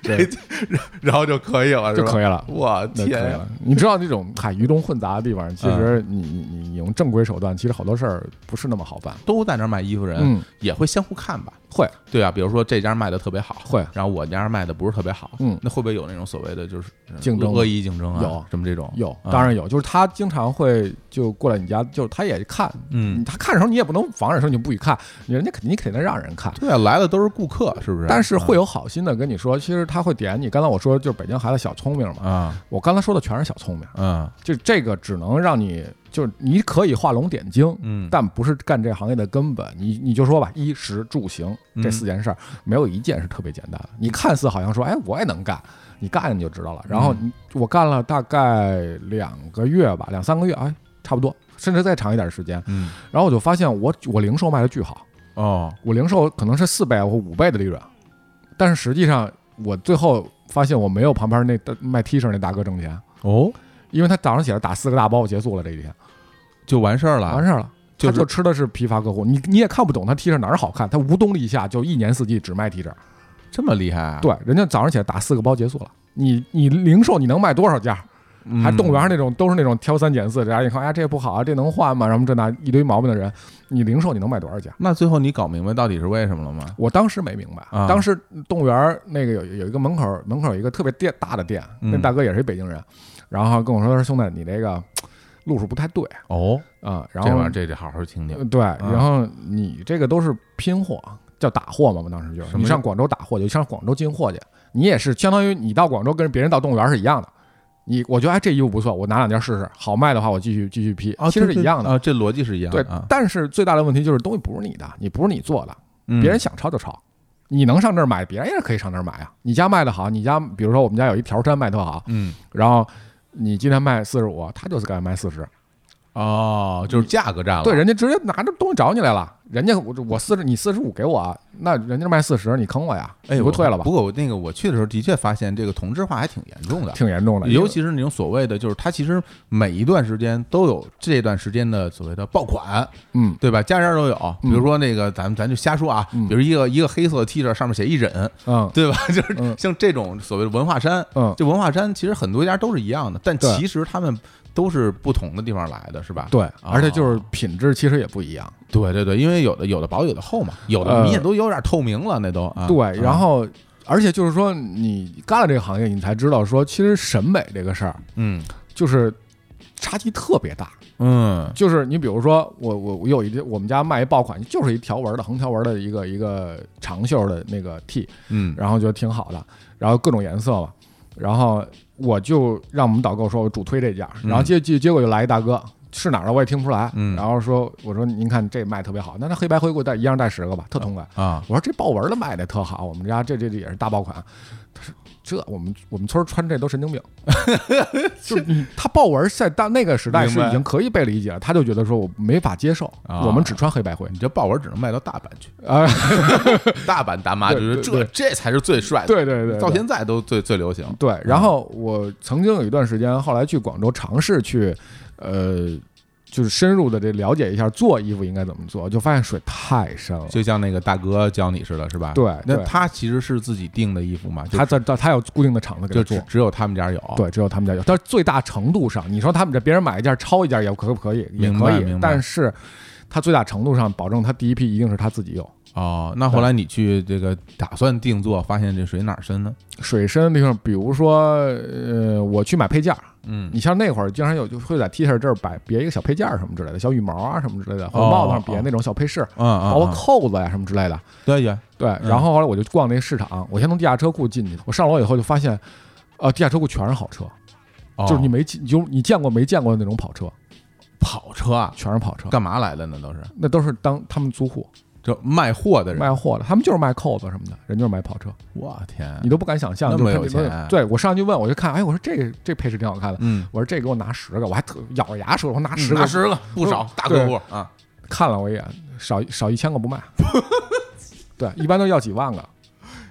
D: 对，
B: <laughs> 然后就可以了，
D: 就可
B: 以。
D: 以了。
B: 我
D: 那可以
B: 天嗯
D: 了，你知道那种海鱼龙混杂的地方，其实你你你你用正规手段，其实好多事儿不是那么好办。
B: 都在那儿卖衣服人，
D: 嗯
B: 也会相互看吧？
D: 会
B: 对啊，比如说这家卖的特别好，
D: 会
B: 然后我家卖的不是特别好，
D: 嗯
B: 那会不会有那种所谓的就是呃
D: 竞争
B: 恶意竞争啊？
D: 有
B: 什么这种？
D: 有，
B: 啊
D: 当然有，就是他经常会就过来你家，就是他也看，
B: 嗯，
D: 他看的时候你也不能防着说你不许看，人家肯你肯定让人看。
B: 对啊，来的都是顾客，是不是？啊
D: 但是会
B: 有
D: 有好心的跟你说，其实他会点你。刚才我说就是北京孩子小聪明嘛，
B: 啊，
D: 我刚才说的全是小聪明，
B: 嗯
D: 就这个只能让你就是你可以画龙点睛，
B: 嗯，
D: 但不是干这行业的根本。你你就说吧，衣食住行这
B: 嗯
D: 四件事儿，没有一件是特别简单的。你看似好像说，哎，我也能干，你干你就知道了。
B: 嗯
D: 然后你我干了大概两个月吧，两三个月，哎，差不多，甚至再长一点时间。
B: 嗯
D: 然后我就发现我我零售卖的巨好，
B: 哦，
D: 我零售可能是四倍或五倍的利润，但是实际上我最后发现我没有旁边那大卖 T 恤那大哥挣钱，
B: 哦，
D: 因为他早上起来打四个大包结束了这一天，
B: 就完事儿了，
D: 完事儿了。
B: 就
D: 他
B: 是
D: 就吃的是批发客户，你你也看不懂他 T 恤哪儿好看，他无冬立夏就一年四季只卖 T 恤。
B: 这么厉害啊？
D: 对，人家早上起来打四个包结束了，你你零售你能卖多少件儿？
B: 嗯，
D: 还动物园那种都是那种挑三拣四，然后你看哎呀这不好啊，这能换吗？然后这那一堆毛病的人，你零售你能卖多少件儿？
B: 那最后你搞明白到底是为什么了吗？
D: 我当时没明白，
B: 啊
D: 当时动物园儿那个有有一个门口门口有一个特别店大的店，那
B: 嗯
D: 大哥也是一北京人，然后跟我说他说兄弟你这个路数不太对
B: 哦，
D: 啊、然
B: 这玩意
D: 后
B: 儿这啊得好好听听
D: 呃对，然后你这个都是拼货，叫打货嘛，我当时就
B: 什
D: 是
B: 么
D: 你上广州打货去，就上广州进货去，你也是相当于你到广州跟别人到动物园是一样的。你我觉得哎这衣服不错，我拿两件试试，好卖的话我继续继续批，
B: 啊，
D: 其实
B: 对
D: 是一
B: 对
D: 样的。
B: 啊，这逻辑是一样
D: 对
B: 的，啊，
D: 但是最大的问题就是东西不是你的，你不是你做的，
B: 嗯
D: 别人想抄就抄。你能上这儿买，别人也可以上这儿买啊。你家卖的好，你家比如说我们家有一条衫卖特好，
B: 嗯
D: 然后你今天卖四十五，他就是敢卖四十，
B: 哦，就是价格战了，
D: 对，人家直接拿着东西找你来了。人家我我四十，你四十五给我啊，那人家卖四十，你坑我呀？
B: 哎，
D: 你
B: 我
D: 不退了吧
B: 不？过我那个我去的时候，的确发现这个同质化还挺严重的，
D: 挺严重的，
B: 尤其是那种所谓的，就是它其实每一段时间都有这段时间的所谓的爆款，
D: 嗯，
B: 对吧？家家都有，比如说那个咱们咱就瞎说啊，比如一个一个黑色的 T 恤上面写一忍，
D: 嗯，
B: 对吧？ <laughs> 就是
D: 嗯
B: 像这种所谓的文化衫，
D: 嗯
B: 这文化衫其实很多家都是一样的，但
D: 对
B: 其实他们都是不同的地方来的，是吧？
D: 对，而且就是
B: 哦
D: 品质其实也不一样。
B: 对对对，因为有的有的薄有的厚嘛，有的
D: 呃
B: 明显都有点透明了，那都啊
D: 对，然
B: 啊
D: 后而且就是说，你干了这个行业，你才知道说，其实审美这个事儿
B: 嗯
D: 就是差距特别大。
B: 嗯
D: 就是你比如说，我我我有一我们家卖一爆款，就是一条纹的横条纹的一个一个长袖的那个 T，
B: 嗯
D: 然后觉得挺好的，然后各种颜色嘛，然后我就让我们导购说我主推这件儿，然后结结结果就来一大哥。是哪儿的我也听不出来，
B: 嗯
D: 然后说我说您看这卖特别好，那那黑白灰给我带一样带十个吧，特痛快。
B: 啊
D: 我说这豹纹的卖的特好，我们家这这这也是大爆款。他说这我们我们村儿穿这都
B: <laughs>
D: 神经病，就是你他豹纹在当那个时代是
B: 明白
D: 已经可以被理解了，他就觉得说我没法接受，
B: 啊
D: 我们只穿黑白灰
B: 你这豹纹只能卖到大阪去，
D: 啊、
B: 大阪大妈就
D: 对
B: 是
D: 对
B: 这
D: 对
B: 这才是最帅的，
D: 对对对对
B: 到现在都最最流行。
D: 对，然后我曾经有一段时间，后来去广州尝试去，呃，就是深入的这了解一下做衣服应该怎么做，就发现水太深了。
B: 就像那个大哥教你似的，是吧？
D: 对
B: 那
D: 对
B: 他其实是自己定的衣服嘛，就
D: 他在他他有固定的厂子给
B: 就
D: 他
B: 只
D: 做，
B: 只有他们家有。，
D: 对，只有他们家有。但是最大程度上，你说他们这别人买一件抄一件也可不可以？也
B: 明
D: 可
B: 白
D: 以
B: 明白，
D: 但是他最大程度上保证他第一批一定是他自己有。
B: 哦，那后来你去这个打算定做，发现这水哪儿深呢？
D: 水深的地方，比如说，呃，我去买配件儿，
B: 嗯，
D: 你像那会儿经常有就会在 T 恤这儿摆别一个小配件儿什么之类的，小羽毛啊什么之类的，或者
B: 哦
D: 帽子上
B: 哦
D: 别那种小配饰，
B: 嗯嗯，
D: 包括
B: 嗯
D: 扣子呀、什么之类的。
B: 对对，
D: 对，
B: 嗯
D: 然后后来我就逛那个市场，我先从地下车库进去，我上楼以后就发现，呃，地下车库全是好车，
B: 哦
D: 就是你没见，有你见过没见过的那种跑车，
B: 跑车啊，
D: 全是跑车，
B: 干嘛来的呢？都是
D: 那都是当他们租户
B: 就卖货的人。
D: 卖货的，他们就是卖扣子什么的，人就是卖跑车，
B: 我天
D: 你，都不敢想象，
B: 嗯那
D: 就
B: 么
D: 是
B: 有
D: 他那
B: 钱
D: 对我上去问，我就看，哎，我说这个这配饰挺好看的，
B: 嗯，
D: 我说这给我拿十个，我还特咬着牙说，我说拿十
B: 十
D: 个，
B: 个嗯十个不少，大客户啊。
D: 看了我一眼，少少一千个不卖， <laughs> 对，一般都要几万个，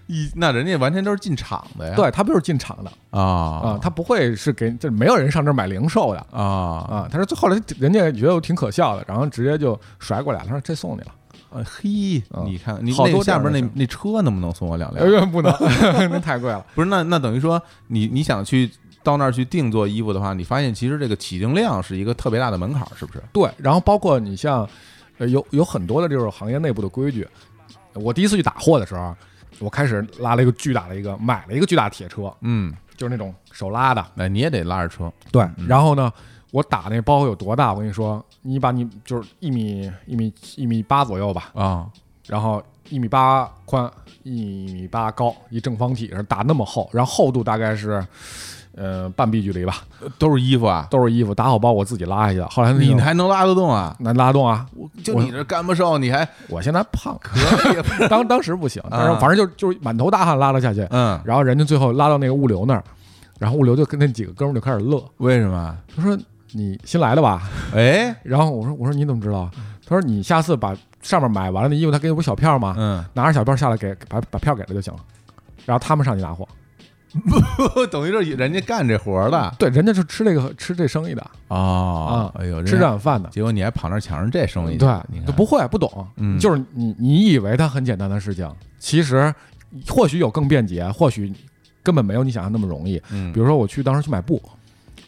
B: 一那人家完全都是进厂哎的呀。
D: 对他不就是进厂的
B: 啊
D: 啊，
B: 啊
D: 他不会是给这没有人上这儿买零售的。
B: 啊！
D: 啊，他说最后来人家觉得我挺可笑的，然后直接就甩过来了，他说这送你了，
B: 哎嘿，
D: 啊
B: 你看你
D: 好
B: 那
D: 多这
B: 下
D: 样
B: 边
D: 的
B: 那
D: 事
B: 那车能不能送我两
D: 哎
B: 辆？
D: 呦不能， <laughs> 那太贵了。
B: 不是，那那等于说你你想去到那儿去定做衣服的话，你发现其实这个起订量是一个特别大的门槛儿，是不是？
D: 对，然后包括你像，呃，有有很多的这种行业内部的规矩。我第一次去打货的时候，我开始拉了一个巨大的一个，买了一个巨大铁车，
B: 嗯，
D: 就是那种手拉的。
B: 哎，你也得拉着车，
D: 对，然后呢，我打那包有多大？我跟你说，你把你就是一米一米一米八左右吧，
B: 啊
D: 然后一米八宽，一米八高，一正方体是打那么厚，然后厚度大概是。呃，半臂距离吧，
B: 都是衣服啊，
D: 都是衣服，打好包我自己拉下去的。后来那个
B: 你还能拉得动啊？
D: 那拉动啊，
B: 我就你这干不瘦，你还
D: 我现在胖，
B: 可以？ <laughs>
D: 当当时不行，但
B: 啊
D: 是反正就就是满头大汗拉了下去，
B: 嗯，
D: 然后人家最后拉到那个物流那儿，然后物流就跟那几个哥们儿就开始乐，
B: 为什
D: <laughs>
B: 么？
D: 他说你新来的吧？
B: 哎，
D: 然后我说我说你怎么知道？他说你下次把上面买完了的衣服，他给你不小票吗？
B: 嗯，
D: 拿着小票下来给把把票给了就行了。然后他们上去拿货，
B: <laughs>
D: 嗯
B: 等于说人家干这活儿的
D: 对，人家就吃这个吃这生意的，
B: 哦
D: 啊
B: 哎呦，
D: 吃这
B: 这，
D: 碗饭的，
B: 结果你还跑那儿抢人这生意去，你
D: 对，
B: 看
D: 都不会不懂，
B: 嗯
D: 就是你你以为它很简单的事情，其实或许有更便捷，或许根本没有你想象那么容易。
B: 嗯
D: 比，如说我去当时去买布，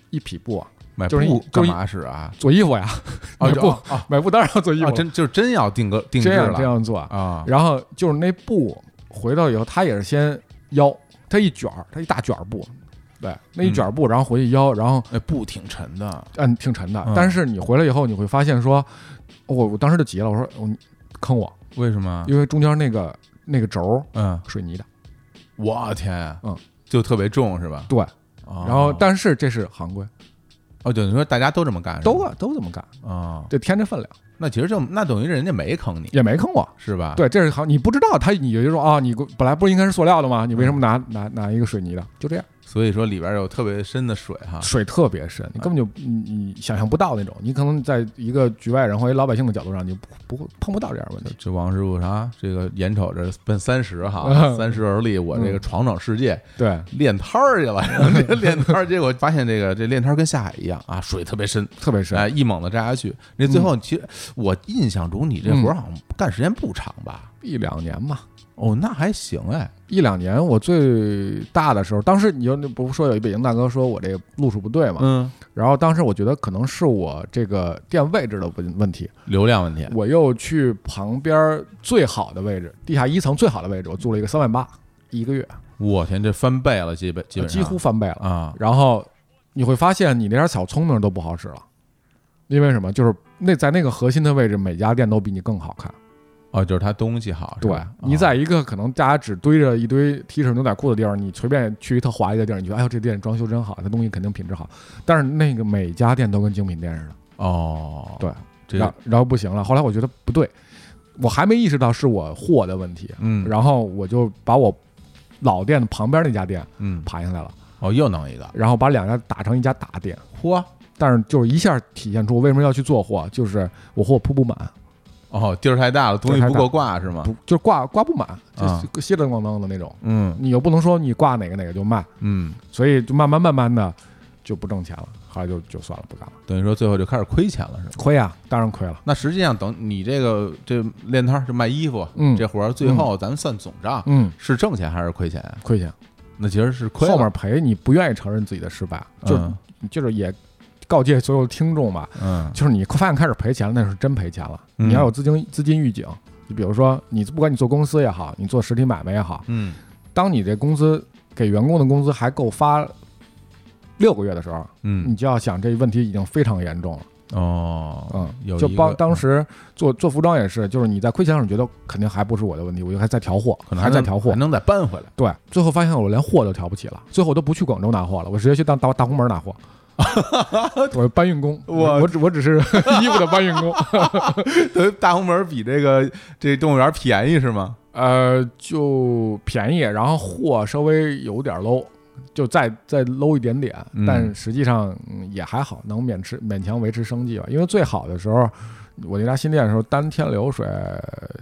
D: 一匹布啊，
B: 买
D: 就是
B: 布
D: 一就
B: 干
D: 是一
B: 嘛使
D: <laughs>
B: 啊？
D: 做衣服
B: <laughs>
D: 呀，
B: 哦
D: 买
B: 就
D: 布、
B: 哦哦
D: 买布当然要 <laughs> 做衣服
B: 啊，
D: 了、
B: 真就是真要定格定制
D: 这样
B: 了
D: 这样做。
B: 啊
D: 然后就是那布回到以后，它也是先腰，它一卷儿，它一大卷儿布，对，那一卷儿布，然后回去腰，然后
B: 哎，布挺沉的，
D: 嗯挺沉的
B: 嗯，
D: 但是你回来以后，你会发现说，哦我我当时就急了，我说我坑我，
B: 为什么？
D: 因为中间那个那个轴儿
B: 嗯，
D: 水泥的，
B: 我天，啊
D: 嗯，
B: 就特别重是吧？
D: 对，
B: 然
D: 然后但是这是行规，
B: 哦，等于说大家都这么干，是吧
D: 都都这么干，
B: 啊，
D: 这添这分量
B: 那其实就那等于人家没坑你
D: 也没坑我，
B: 是吧？
D: 对，这是好，你不知道他，你就说啊，你本来不应该是塑料的吗？你为什么拿拿拿一个水泥的？就这样，
B: 所以说里边有特别深的水哈，
D: 水特别深，你根本就你你想象不到那种，你可能在一个局外人或者老百姓的角度上，你就不不会碰不到这样的问题。
B: 这王师傅啥？这个眼瞅着奔三十哈，
D: 嗯
B: 三十而立，我这个闯闯世界，
D: 对，
B: 练摊儿去了。
D: <laughs>
B: 然后这练摊儿，结果发现这个这练摊儿跟下海一样啊，水特别深，
D: 特别深。
B: 哎，一猛子扎下去。那最
D: 嗯
B: 后其实我印象中你这活儿好像干时间不长吧？
D: 一两年嘛，
B: 哦，那还行哎，
D: 一两年我最大的时候，当时你就不是说有一北京大哥说我这路数不对嘛，
B: 嗯，
D: 然后当时我觉得可能是我这个店位置的问问题，
B: 流量问题
D: 我又去旁边最好的位置，地下一层最好的位置，我租了一个三万八一个月。
B: 我天，这翻倍了，基本基本上
D: 呃几乎翻倍了。
B: 啊，
D: 然后你会发现，你那点小聪明都不好使了，因为什么？就是那在那个核心的位置，每家店都比你更好看。
B: 哦，就是它东西好，是
D: 对
B: 吧，
D: 你
B: 啊
D: 在一个可能大家只堆着一堆 T 恤、牛仔裤的地儿，你随便去一特华丽的地儿，你觉得哎呦这店装修真好，这东西肯定品质好。但是那个每家店都跟精品店似的，
B: 哦，
D: 对，
B: 这
D: 然后然后不行了。后来我觉得不对，我还没意识到是我货的问题，
B: 嗯
D: 然后我就把我老店旁边那家店
B: 嗯，
D: 爬下来了，
B: 哦，又弄一个，
D: 然后把两家打成一家大店。
B: 嚯，
D: 但是就是一下体现出为什么要去做货，就是我货铺不满，
B: 哦，地儿太大了，东西
D: 地儿太
B: 不
D: 大
B: 够挂是吗？
D: 不就是挂挂不满，
B: 啊
D: 就是稀里咣当的那种。
B: 嗯
D: 你又不能说你挂哪个哪个就卖，
B: 嗯，
D: 所以就慢慢慢慢的就不挣钱了，后来就就算了，不干了，
B: 等于说最后就开始亏钱了是吗？
D: 亏啊，当然亏了。
B: 那实际上，等你这个这练摊儿是卖衣服，
D: 嗯
B: 这活儿最后咱们算总账，
D: 嗯，
B: 是挣钱还是亏钱啊？
D: 亏钱，
B: 那其实是亏了。
D: 后面赔你不愿意承认自己的失败，就、
B: 嗯
D: 就是也告诫所有听众吧，
B: 嗯
D: 就是你发现开始赔钱了，那是真赔钱了，你要有资金资金预警。你比如说，你不管你做公司也好，你做实体买卖也好，
B: 嗯，
D: 当你这工资给员工的工资还够发六个月的时候，
B: 嗯
D: 你就要想这问题已经非常严重了。
B: 哦，有
D: 嗯，
B: 一
D: 就帮
B: 个
D: 当时做做服装也是，就是你在亏钱上觉得肯定还不是我的问题，我就还在调货，
B: 可能
D: 还在
B: 能
D: 调货
B: 还，能再搬回来。
D: <laughs> 对，最后发现我连货都调不起了，最后我都不去广州拿货了，我直接去当大大红门
B: <laughs>
D: 拿货。我是搬运工，
B: 我
D: 我我只我只是 <laughs> 衣服的搬运工，
B: 大红门比这个这动物园便宜是吗？
D: 呃，就便宜，然后货稍微有点 low，就再再 low 一点点
B: 嗯，
D: 但实际上、嗯也还好，能勉持勉强维持生计吧。因为最好的时候，我那家新店的时候，单天流水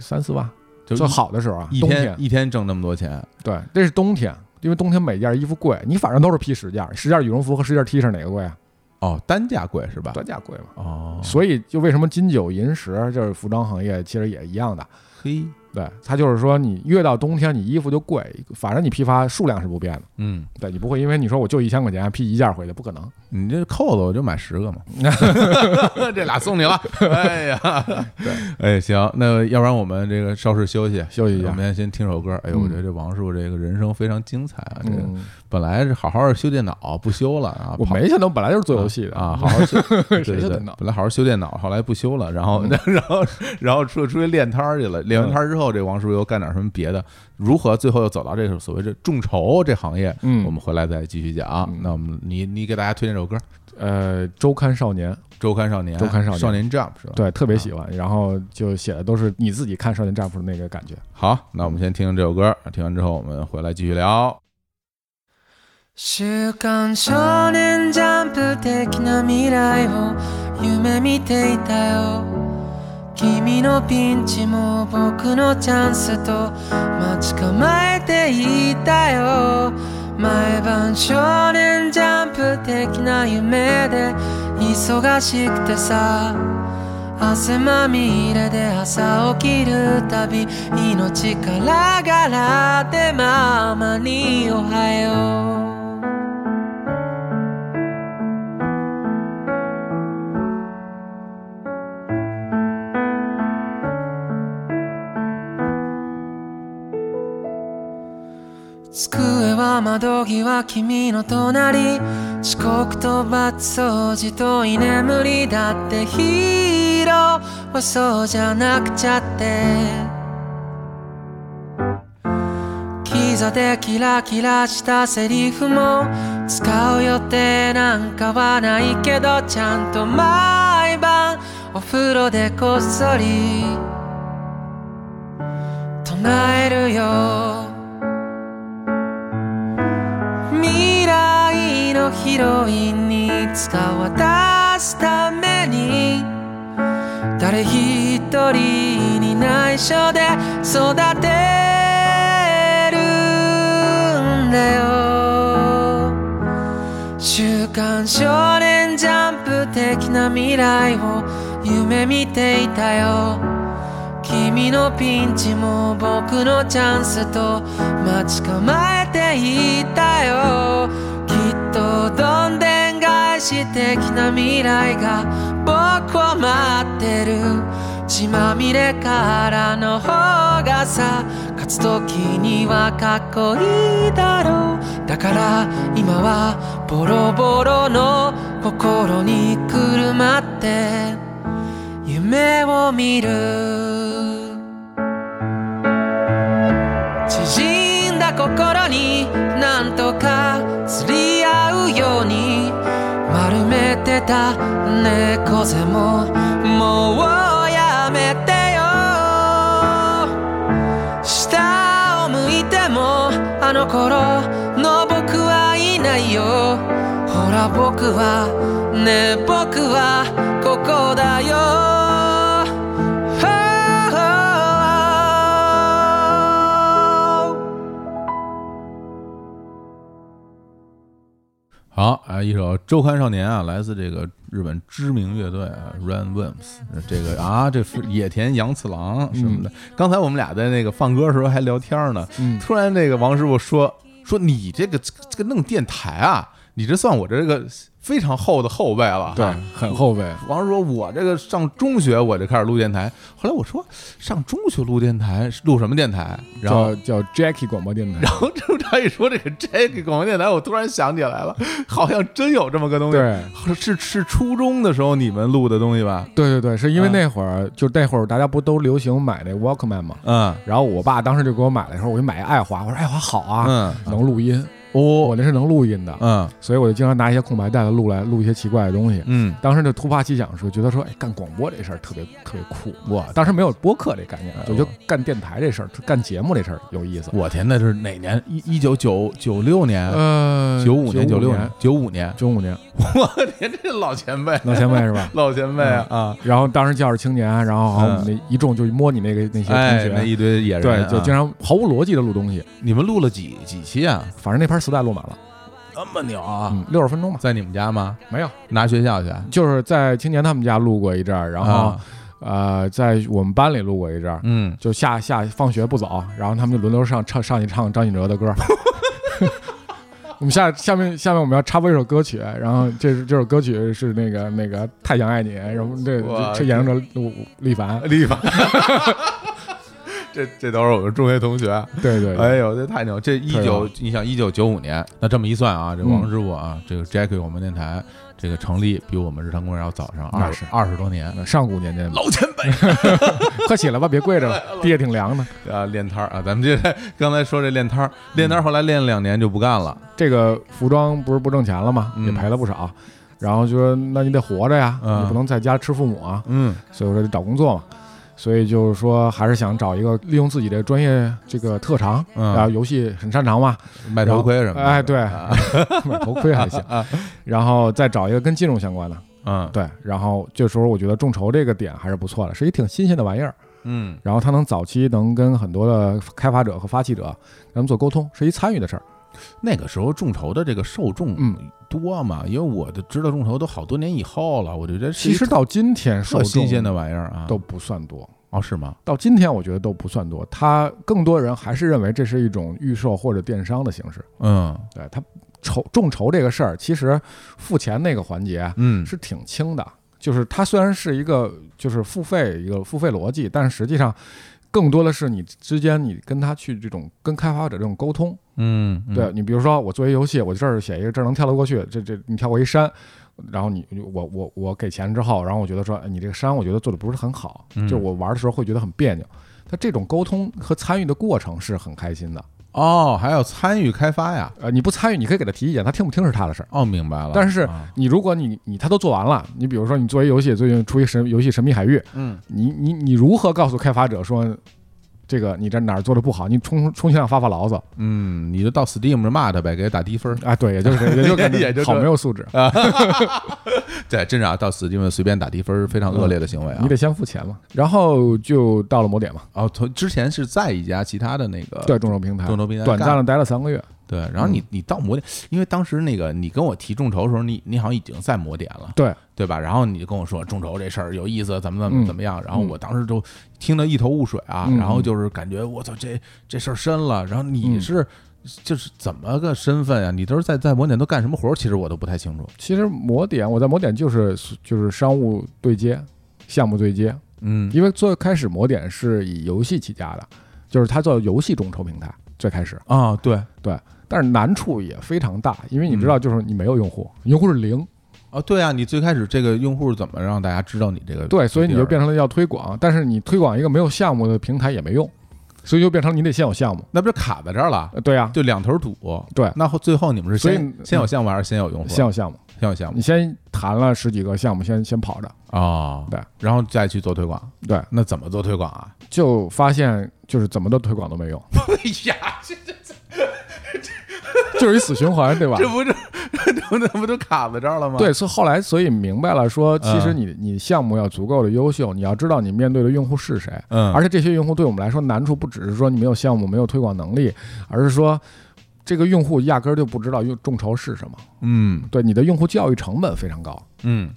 D: 三四万，
B: 就
D: 最
B: 一
D: 好的时候啊，
B: 一
D: 冬
B: 天一天挣那么多钱，
D: 对，这是冬天，因为冬天每件衣服贵，你反正都是批十件，十件羽绒服和十件 T 恤哪个贵啊？
B: 哦，单价贵是吧？
D: 单价贵嘛。
B: 哦，
D: 所以就为什么金九银十，就是服装行业其实也一样的，
B: 嘿，
D: 对，它就是说你越到冬天你衣服就贵，反正你批发数量是不变的，
B: 嗯，
D: 对你不会因为你说我就一千块钱批一件回去，不可能。
B: 你这扣子我就买十个
D: <laughs>
B: 嘛，这俩送你了。哎呀，对，哎行，那要不然我们这个稍事休息。
D: 休息一
B: 我
D: 下
B: 们，先先听首歌。哎呦，
D: 嗯
B: 我觉得这王师傅这个人生非常精彩啊！这个
D: 嗯，
B: 本来是好好的修电脑，不修了啊。
D: 我
B: 跑
D: 没想到本来就是做游戏的 <laughs>
B: 啊，好，好修，对
D: 谁
B: 对对
D: 修电脑，嗯
B: 本来好好修电脑，后来不修了，然后 <laughs> 然后然后出出去练摊儿去了，练完摊儿之后，这王师傅又干点什么别的？如何最后又走到这个所谓这众筹这行业？
D: 嗯
B: 我们回来再继续讲啊
D: 嗯。
B: 那我们你你给大家推荐首歌《
D: 呃，周刊少年，
B: 周刊少年》，
D: 周刊少年
B: 少年 Jump 是吧？，
D: 对，特别
B: 啊
D: 喜欢，然后就写的都是你自己看少年战俘的那个感觉。
B: 好，那我们先听听这首歌，听完之后我们回来继续聊。
C: 週刊少年ジャンプ的な未来を夢見ていたよ君のピンチも僕のチャンスと待ち構えていたよ毎晩少年ジャンプ的な夢で忙しくてさ汗まみれで朝起きるたび命からがらでママにおはよう机は窓際君の隣遅刻と罰掃除と居眠りだってヒーローはそうじゃなくちゃってキザでキラキラしたセリフも使う予定なんかはないけどちゃんと毎晩お風呂でこっそり唱えるよ未来のヒロインにいつか渡すために誰一人に内緒で育てるんだよ週刊少年ジャンプ的な未来を夢見ていたよ君のピンチも僕のチャンスと待ち構えていたよきっとどんでん返し的な未来が僕を待ってる血まみれからの方がさ勝つ時にはかっこいいだろうだから今はボロボロの心にくるまって夢を見る縮んだ心になんとか釣り合うように丸めてた猫背ももうやめてよ下を向いてもあの頃の僕はいないよほら僕はねえ僕はここだよ
B: 好啊，一首《周刊少年》啊，来自这个日本知名乐队啊，Run Wimps。这个啊，这是野田洋次郎什么的。刚才我们俩在那个放歌的时候还聊天呢，
D: 嗯
B: 突然这个王师傅说说你这个这个弄电台啊，你这算我这个非常厚的后辈了。
D: 对
B: 啊，
D: 很后辈。
B: 王说：“我这个上中学我就开始录电台。”后来我说：“上中学录电台，录什么电台？” <laughs> 然后，
D: 叫叫 Jackie 广播电台，
B: 然后这他一说这个 Jack 广播电台，我突然想起来了，好像真有这么个东西。
D: 对
B: 是是初中的时候你们录的东西吧？
D: 对对对，是因为
B: 嗯
D: 那会儿、就那会儿大家不都流行买那 Walkman 嘛，
B: 嗯
D: 然后我爸当时就给我买了，然后我就买一爱华，我说爱华好啊，
B: 嗯
D: 能录音，
B: 哦
D: 我那是能录音的，
B: 嗯
D: 所以我就经常拿一些空白带子录来录一些奇怪的东西。
B: 嗯
D: 当时就突发奇想说，觉得说，哎，干广播这事儿特别特别酷。
B: 我
D: 当时没有播客这概念，
B: 哎
D: 我
B: 呦
D: 觉得干电台这事儿、干节目这事儿有意思。
B: 我天，那是哪年？一一九九九六年。
D: 呃
B: 九五年、九
D: 九
B: 六
D: 年、、
B: 九五
D: <laughs>
B: 年，
D: 九五年，
B: 我天，这老前辈，
D: 老前辈
B: <laughs>
D: 是吧？
B: 老前辈啊！啊
D: 然后当时教育青年，然后好像我们那一众就摸你那个那些同
B: 哎，
D: 学，
B: 那一堆野人，
D: 对，就
B: 啊
D: 经常毫无逻辑的录东西。
B: 你们录了几几期啊？
D: 反正那盘磁带录满了，
B: 那么牛啊！
D: 嗯，六十分钟吧，
B: 在你们家吗？
D: 没有，
B: 拿学校去？
D: 就是在青年他们家录过一阵儿，然后
B: 啊
D: 呃，在我们班里录过一阵儿，
B: 嗯，
D: 就下下放学不早，然后他们就轮流上唱上去唱张信哲的
B: <laughs>
D: 歌。我们下下面下面我们要插播一首歌曲，然后这是这首歌曲是那个那个太想爱你，然后这
B: 哇
D: 这这演唱者陆力凡，
B: 立法。 <laughs> 这这都是我们中学同学，
D: 对对对，
B: 哎呦，这太牛！这一
D: 太
B: 九
D: 牛，
B: 你想一九九五年，那这么一算啊，这王师傅啊，这个 Jackie 我们电台这个成立比我们日常公园要早上二
D: 那
B: 十
D: 是
B: 二十多年，
D: 上古年间，
B: 老前辈
D: 快起来吧，别
B: <laughs>
D: 跪着了，地也挺凉的。
B: 啊，练摊儿啊，咱们这 <laughs> 刚才说这练摊儿，练摊儿后来练了两年就不干了，
D: 这个服装不是不挣钱了吗？
B: 嗯
D: 也赔了不少。然后就说，那你得活着呀，
B: 嗯
D: 你不能在家吃父母啊，
B: 嗯
D: 所以我说得找工作嘛。所以就是说，还是想找一个利用自己的专业这个特长，
B: 嗯
D: 然后啊游戏很擅长嘛， <laughs>
B: 卖头盔什么的，
D: 哎对
B: 啊
D: 买头盔
B: <laughs>
D: 还行，然后再找一个跟金融相关的，
B: 嗯
D: 对。然后这时候我觉得众筹这个点还是不错的，是一挺新鲜的玩意儿。
B: 嗯
D: 然后它能早期能跟很多的开发者和发起者咱们做沟通，是一参与的事儿。
B: 那个时候众筹的这个受众
D: 嗯
B: 多嘛？因为我就知道众筹都好多年以后了，我就觉得是一
D: 其实到今天受
B: 特新鲜的
D: 众
B: 玩意儿啊，
D: 都不算多，
B: 哦是吗？
D: 到今天我觉得都不算多，他更多人还是认为这是一种预售或者电商的形式。
B: 嗯
D: 对他筹众筹这个事儿，其实付钱那个环节
B: 嗯
D: 是挺轻的，就是它虽然是一个就是付费一个付费逻辑，但实际上。更多的是你之间，你跟他去这种跟开发者这种沟通，
B: 嗯，嗯
D: 对你比如说我做一游戏，我这儿写一个这儿能跳得过去，这这你跳过一山，然后你我我我给钱之后，然后我觉得说，哎，你这个山我觉得做的不是很好，
B: 嗯
D: 就是我玩的时候会觉得很别扭。他这种沟通和参与的过程是很开心的，
B: 哦，还要参与开发呀？
D: 呃，你不参与，你可以给他提意见，他听不听是他的事儿。
B: 哦，明白了。
D: 但是
B: 啊
D: 你如果你你他都做完了，你比如说你做一游戏，最近出一神游戏《神秘海域》，
B: 嗯，
D: 你你你如何告诉开发者说，这个你这哪儿做的不好？你充充其量发发牢骚
B: 嗯，你就到 Steam 上骂他呗，给他打低
D: <laughs>
B: 分儿。
D: 啊？对，也就是也
B: 也
D: 就是啊
B: 就这
D: 好没有素质，
B: 对，真是啊，到 Steam 上随便打低分儿，非常恶劣的行为啊
D: 嗯你。得先付钱嘛。然后就到了某点嘛，
B: 哦，从之前是在一家其他的那个
D: 对众筹平台，
B: 众筹平台
D: 短
B: 干
D: 暂的待了三个月，
B: 对，然后你你到魔点，因为当时那个你跟我提众筹的时候，你你好像已经在魔点了。
D: 对
B: 对吧？然后你就跟我说众筹这事儿有意思，怎么怎么
D: 嗯
B: 怎么样？然后我当时就听得一头雾水啊，
D: 嗯
B: 然后就是感觉我操，这这事儿深了。然后你
D: 嗯
B: 是、就是怎么个身份啊？你都是在在某点都干什么活儿？其实我都不太清楚。
D: 其实某点我在某点就是就是商务对接、项目对接，
B: 嗯
D: 因为最开始某点是以游戏起家的，就是它做游戏众筹平台最开始。
B: 啊，对
D: 但是难处也非常大，因为你知
B: 嗯
D: 道，就是你没有用户，用户是零，
B: 哦对啊，你最开始这个用户怎么让大家知道你这个？
D: 对，所以你就
B: 这地儿
D: 变成了要推广，但是你推广一个没有项目的平台也没用，所以就变成你得先有项目，
B: 那不就卡在这儿了？
D: 呃对呀、
B: 就两头堵。
D: 对
B: 那后最后你们是
D: 所以
B: 先先有项目还是先有用户？
D: 先有项目，
B: 先有项目
D: 你先谈了十几个项目，先先跑着，
B: 哦，
D: 对，
B: 然后再去做推广。
D: 对，
B: 那怎么做推广啊？ <laughs>
D: 就发现就是怎么的推广都没用， <laughs>
B: 哎呀，这这
D: 就是一死循环，对吧？
B: 这不是这不这不就卡在这儿了吗？
D: 对，所以后来所以明白了说，其实
B: 嗯
D: 你你项目要足够的优秀，你要知道你面对的用户是谁，
B: 嗯，
D: 而且这些用户对我们来说难处不只是说你没有项目、没有推广能力，而是说这个用户压根儿就不知道用众筹是什么。
B: 嗯
D: 对，你的用户教育成本非常高。
B: 嗯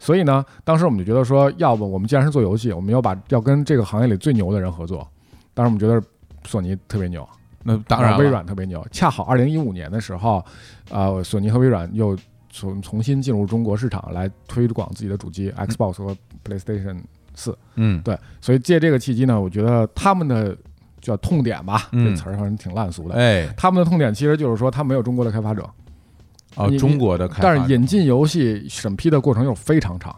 D: 所以呢，当时我们就觉得说，要不我们既然是做游戏，我们要把要跟这个行业里最牛的人合作。当时我们觉得索尼特别牛，
B: 那当然了
D: 微软特别牛。恰好二零一五年的时候，呃，索尼和微软又重重新进入中国市场来推广自己的主机 Xbox 和 PlayStation 四。
B: 嗯，
D: 对，所以借这个契机呢，我觉得他们的叫痛点吧，
B: 嗯
D: 这词儿反正挺烂俗的。
B: 哎，
D: 他们的痛点其实就是说，他没有中国的开发者，
B: 哦，
D: 你
B: 中国的开发
D: 但
B: 者，
D: 是引进游戏审批的过程又非常长。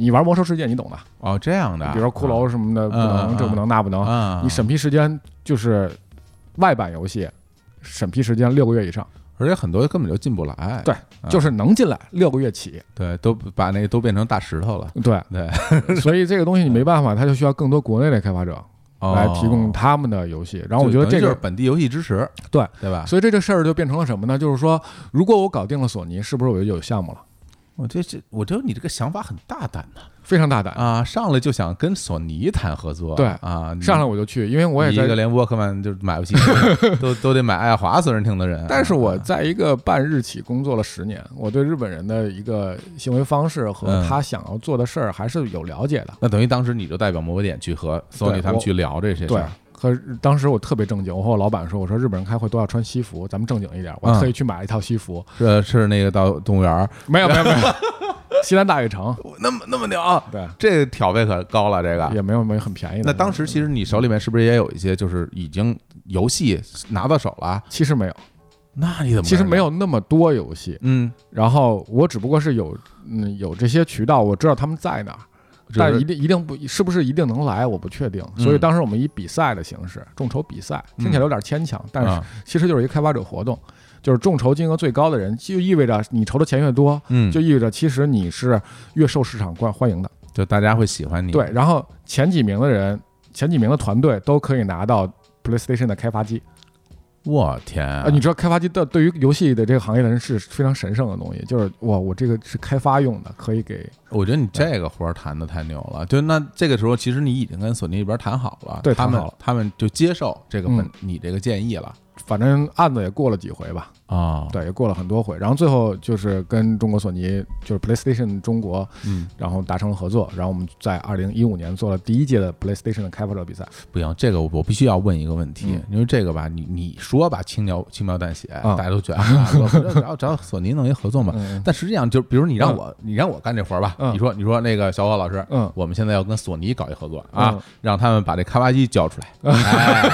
D: 你玩《魔兽世界》，你懂的，
B: 哦这样的啊，
D: 比如说骷髅什么的，不
B: 嗯嗯
D: 能这不能那不能，
B: 啊，
D: 你审批时间就是外版游戏审批时间六个月以上，
B: 而且很多根本就进不来，
D: 对
B: 啊
D: 就是能进来六个月起。
B: 对，都把那都变成大石头了，
D: 对， <laughs>
B: 对，
D: 所以这个东西你没办法，它就需要更多国内的开发者
B: 哦
D: 来提供他们的游戏。然后我觉得
B: 就等于
D: 这
B: 就是
D: 个，
B: 本地游戏支持，
D: 对
B: 对吧？
D: 啊所以这个事儿就变成了什么呢？就是说，如果我搞定了索尼，是不是我就有项目了？
B: 我这这，我觉得你这个想法很大胆呐
D: 非常大胆，
B: 啊！上来就想跟索尼谈合作，
D: 哎对
B: 啊，你
D: 上来我就去，因为我也
B: 你一个
D: 在。
B: 连沃克曼就买不
D: <laughs>
B: 起的，都都得买爱华随身听的人。
D: 但是我
B: 啊
D: 在一个半日企工作了十年，我对日本人的一个行为方式和
B: 嗯
D: 他想要做的事儿还是有了解的。
B: 那等于当时你就代表摩点去和索尼
D: 对
B: 他们
D: 我
B: 去聊这些事
D: 对
B: 儿，，
D: 和日当时我特别正经，我和我老板说，我说日本人开会都要穿西服，咱们正经一点。我
B: 嗯
D: 特意去买了一套西服，
B: 是呃是那个到动物园儿，
D: 没有没有没有， <laughs> 西单大悦城，
B: 那么那么牛啊，
D: 对，
B: 这个调位可高了，这个
D: 也没有没有很便宜的。
B: 那当时其实你手里面是不是也有一些就是已经游戏拿到手了？
D: 其实没有，
B: 那你怎么
D: 其实没？有那么多游戏，
B: 嗯，
D: 然后我只不过是有嗯有这些渠道，我知道他们在哪儿。
B: 只
D: 但
B: 是嗯
D: 一定一定不是不是一定能来，我不确定。所以当时我们以比赛的形式，众筹比赛，听起来有点牵强，但是
B: 嗯啊
D: 其实就是一个开发者活动，就是众筹金额最高的人，就意味着你筹的钱越多，
B: 嗯，
D: 就
B: 就
D: 意味着其实你是越受市场欢欢迎的。
B: 就大家会喜欢你，
D: 对，然后前几名的人，前几名的团队都可以拿到 PlayStation 的开发机。
B: 我天啊
D: 啊，你知道开发机的对于游戏的这个行业的人是非常神圣的东西，就是哇，我这个是开发用的，可以给
B: 我觉得你这个活儿谈的太牛了。就那这个时候，其实你已经跟索尼那边谈好了，
D: 对
B: 他
D: 谈
B: 们
D: 好了
B: 他们就接受这个本、
D: 嗯
B: 你这个建议了
D: 反正案子也过了几回吧，
B: 啊。
D: 对，也过了很多回，然后最后就是跟中国索尼，就是 PlayStation 中国，
B: 嗯，
D: 然后达成了合作，然后我们在二零一五年做了第一届的 PlayStation 的开发者比赛。
B: 不行，这个我我必须要问一个问题
D: 嗯，
B: 因为这个吧，你你说吧，轻描轻描淡写，
D: 嗯
B: 大家都觉得 <laughs> 啊，我我只要只要索尼弄一合作嘛，
D: 嗯
B: 但实际上，就比如你让我，你让我干这活儿吧，
D: 嗯
B: 你说，你说那个小伙老师，
D: 嗯
B: 我们现在要跟索尼搞一合作啊，
D: 嗯
B: 让他们把这开发机交出
D: <laughs>
B: 来，哎、